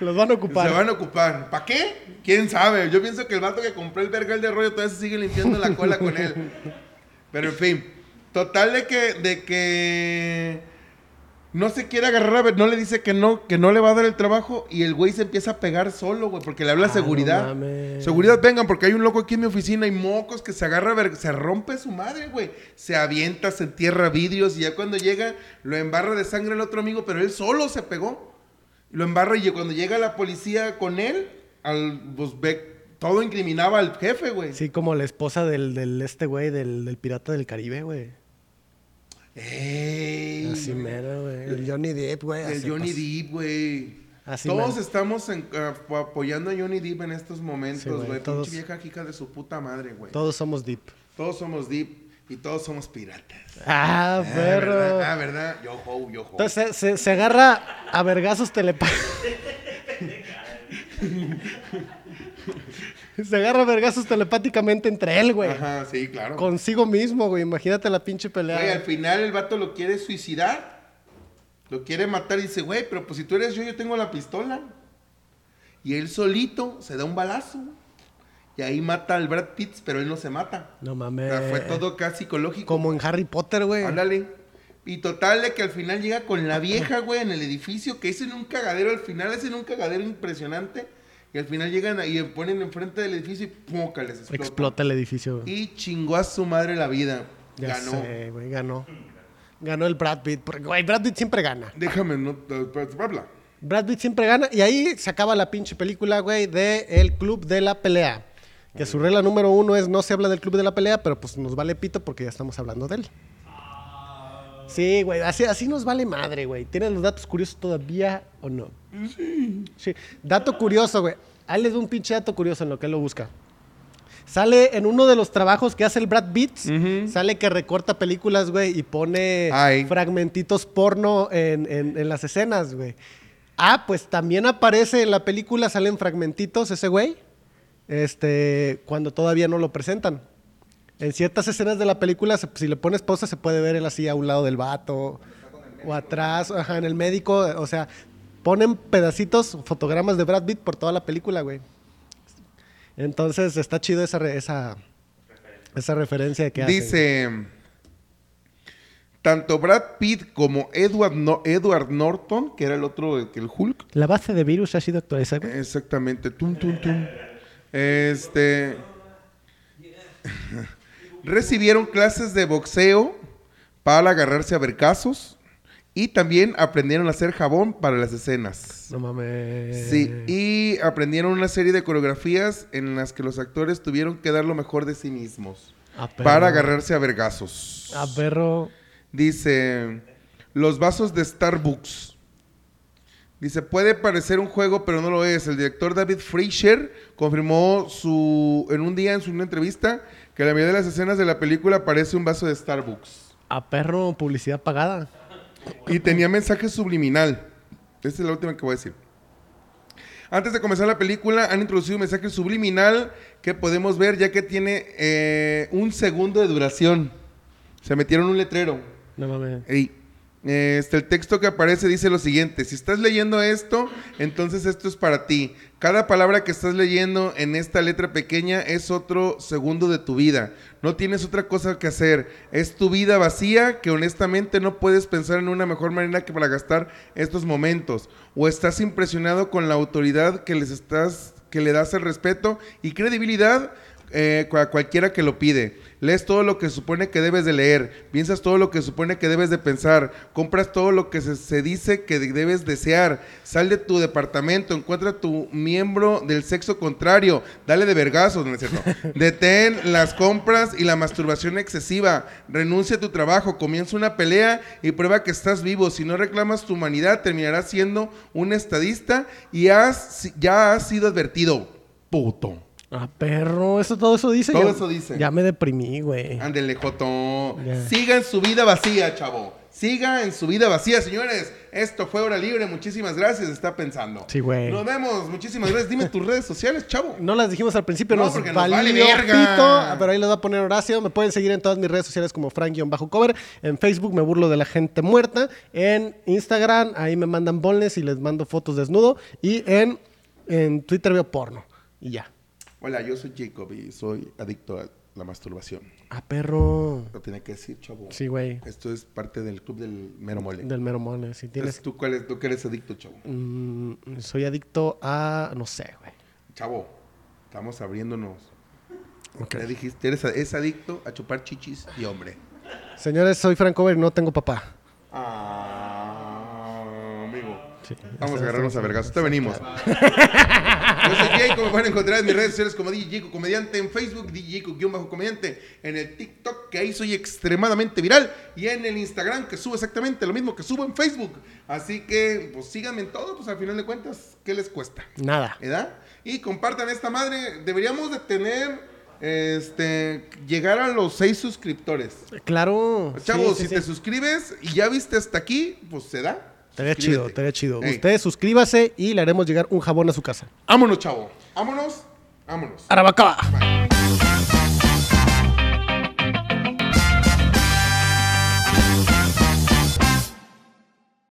Los van a
Se
ocupar.
van a ocupar. ¿Para qué? ¿Quién sabe? Yo pienso que el vato que compró el vergal de rollo todavía se sigue limpiando la cola con él. Pero en fin. Total de que, de que no se quiere agarrar a ver, no le dice que no, que no le va a dar el trabajo y el güey se empieza a pegar solo, güey, porque le habla
Ah, no
seguridad.
mames.
seguridad, vengan, porque hay un loco aquí en mi oficina y mocos que se agarra, a ver, se rompe su madre, güey. Se avienta, se entierra vidrios y ya cuando llega lo embarra de sangre el otro amigo, pero él solo se pegó. Lo embarra y cuando llega la policía con él, al, pues ve, todo incriminaba al jefe, güey.
Sí, como la esposa del, del este güey, del, del pirata del Caribe, güey.
Ey.
Así mero, güey. El Johnny Depp, güey.
El
así
Johnny
pas-
Depp, güey.
Así
todos
mero.
estamos en- apo- apoyando a Johnny Depp en estos momentos,
Sí, güey,
güey. Pinche
todos.
vieja jica de su puta madre, güey.
Todos somos Deep.
Todos somos Deep y todos somos piratas.
Ah,
Ah,
perro.
¿verdad? Ah, ¿verdad? Yo ho, yo ho.
Entonces se, se- se agarra a vergazos telepa. *laughs* se agarra a vergazos telepáticamente entre él, güey.
Ajá, sí, claro.
Consigo mismo, güey. Imagínate la pinche pelea.
Güey, al final el vato lo quiere suicidar. Lo quiere matar y dice, güey, pero pues si tú eres yo, yo tengo la pistola. Y él solito se da un balazo. Y ahí mata al Brad Pitt, pero él no se mata.
No
O
mames.
sea, fue todo casi psicológico.
Como en Harry Potter, güey.
Ándale. Y total de que al final llega con la vieja, güey, en el edificio, que es en un cagadero, al final es en un cagadero impresionante. Y al final llegan y ponen enfrente del edificio y pum, que les explota.
Explota el edificio, güey.
Y chingó a su madre la vida.
Ya
Ganó.
sé, güey, ganó. Ganó el Brad Pitt. Porque, güey, Brad Pitt siempre gana.
Déjame, no, habla.
Brad Pitt siempre gana. Y ahí se acaba la pinche película, güey, de El Club de la Pelea. Que su regla número uno es no se habla del Club de la Pelea, pero pues nos vale pito porque ya estamos hablando de él. Sí, güey, así, así nos vale madre, güey. ¿Tienes los datos curiosos todavía o no? Sí. Dato curioso, güey. Ahí les doy un pinche dato curioso en lo que él lo busca. Sale en uno de los trabajos que hace el Brad Pitt, sale que recorta películas, güey, y pone
Ay.
fragmentitos porno en, en- en las escenas, güey. Ah, pues también aparece en la película, salen fragmentitos ese güey, este, cuando todavía no lo presentan. En ciertas escenas de la película, se- si le pones pausa, se puede ver él así a un lado del vato, o atrás, ajá, en el médico, o sea, ponen pedacitos, fotogramas de Brad Pitt por toda la película, güey. Entonces está chido esa re- esa, esa referencia que hacen.
Dice, tanto Brad Pitt como Edward, No- Edward Norton, que era el otro, el, el Hulk,
La base de virus ha sido actualizada. güey.
Exactamente, tum, tum, tum. Este. *laughs* Recibieron clases de boxeo para agarrarse a vercazos y también aprendieron a hacer jabón para las escenas.
No mames.
Sí, y aprendieron una serie de coreografías en las que los actores tuvieron que dar lo mejor de sí mismos
A perro.
para agarrarse a vergazos.
A perro.
Dice, los vasos de Starbucks. Dice, puede parecer un juego, pero no lo es. El director David Fraser confirmó su, en un día en su, una entrevista que la mayoría de las escenas de la película parece un vaso de Starbucks.
A perro publicidad pagada.
Y tenía mensaje subliminal. Esta es la última que voy a decir. Antes de comenzar la película, han introducido un mensaje subliminal que podemos ver ya que tiene eh, un segundo de duración. Se metieron un letrero.
No mames.
Ey, este, el texto que aparece dice lo siguiente: si estás leyendo esto, entonces esto es para ti. Cada palabra que estás leyendo en esta letra pequeña es otro segundo de tu vida. No tienes otra cosa que hacer. Es tu vida vacía que honestamente no puedes pensar en una mejor manera que para gastar estos momentos. O estás impresionado con la autoridad que les estás que le das el respeto y credibilidad eh, cu- a cualquiera que lo pide. Lees todo lo que supone que debes de leer, piensas todo lo que supone que debes de pensar, compras todo lo que se, se dice que de- debes desear, sal de tu departamento, encuentra a tu miembro del sexo contrario, dale de vergazos, no es cierto. Detén las compras y la masturbación excesiva, renuncia a tu trabajo, comienza una pelea y prueba que estás vivo. Si no reclamas tu humanidad, terminarás siendo un estadista y has, ya has sido advertido. Puto.
Ah, perro, eso todo eso dice.
Todo eso dice. Ah,
Ya me deprimí, güey.
Ándele, Joto.
Ya.
Siga en su vida vacía, chavo. Siga en su vida vacía, señores. Esto fue Hora Libre. Muchísimas gracias. Está pensando.
Sí, güey.
Nos vemos. Muchísimas gracias. Dime tus redes sociales, chavo.
No las dijimos al principio,
No,
nos,
porque nos
valió
vale verga.
pito, ah, pero ahí les va a poner Horacio. Me pueden seguir en todas mis redes sociales como Frank-Cover. En Facebook me burlo de la gente muerta. En Instagram, ahí me mandan bonles y les mando fotos desnudo. Y en, en Twitter veo porno. Y ya.
Hola, yo soy Jacob y soy adicto a la masturbación.
Ah, perro.
Lo tenía que decir, chavo.
Sí, güey.
Esto es parte del club del mero mole.
Del mero mole. Si
Entonces,
tienes.
¿Tú cuál es? ¿Tú que eres adicto, chavo?
Mm, soy adicto a. No sé, güey.
Chavo, estamos abriéndonos. Ya dijiste, eres a- es adicto a chupar chichis y hombre.
Señores, soy Frank Cover y no tengo papá.
Ah, amigo.
Sí.
Vamos a agarrarnos a vergas. Te venimos. *laughs* Yo soy Jacob. Me pueden encontrar en mis redes sociales como DJ Jacob Comediante en Facebook, DJ Jacob-Comediante en el TikTok, que ahí soy extremadamente viral, y en el Instagram, que subo exactamente lo mismo que subo en Facebook. Así que, pues síganme en todo, pues al final de cuentas, ¿qué les cuesta?
Nada.
¿Edad? Y compartan esta madre. Deberíamos de tener, este, llegar a los seis suscriptores.
Claro.
Chavos,
sí, sí,
si
sí.
te suscribes y ya viste hasta aquí, pues se da.
Estaría
Suscríbete.
chido, estaría chido.
Ey.
Ustedes suscríbase y le haremos llegar un jabón a su casa.
Vámonos, chavo. Vámonos, vámonos.
Arabacaba.
Bye.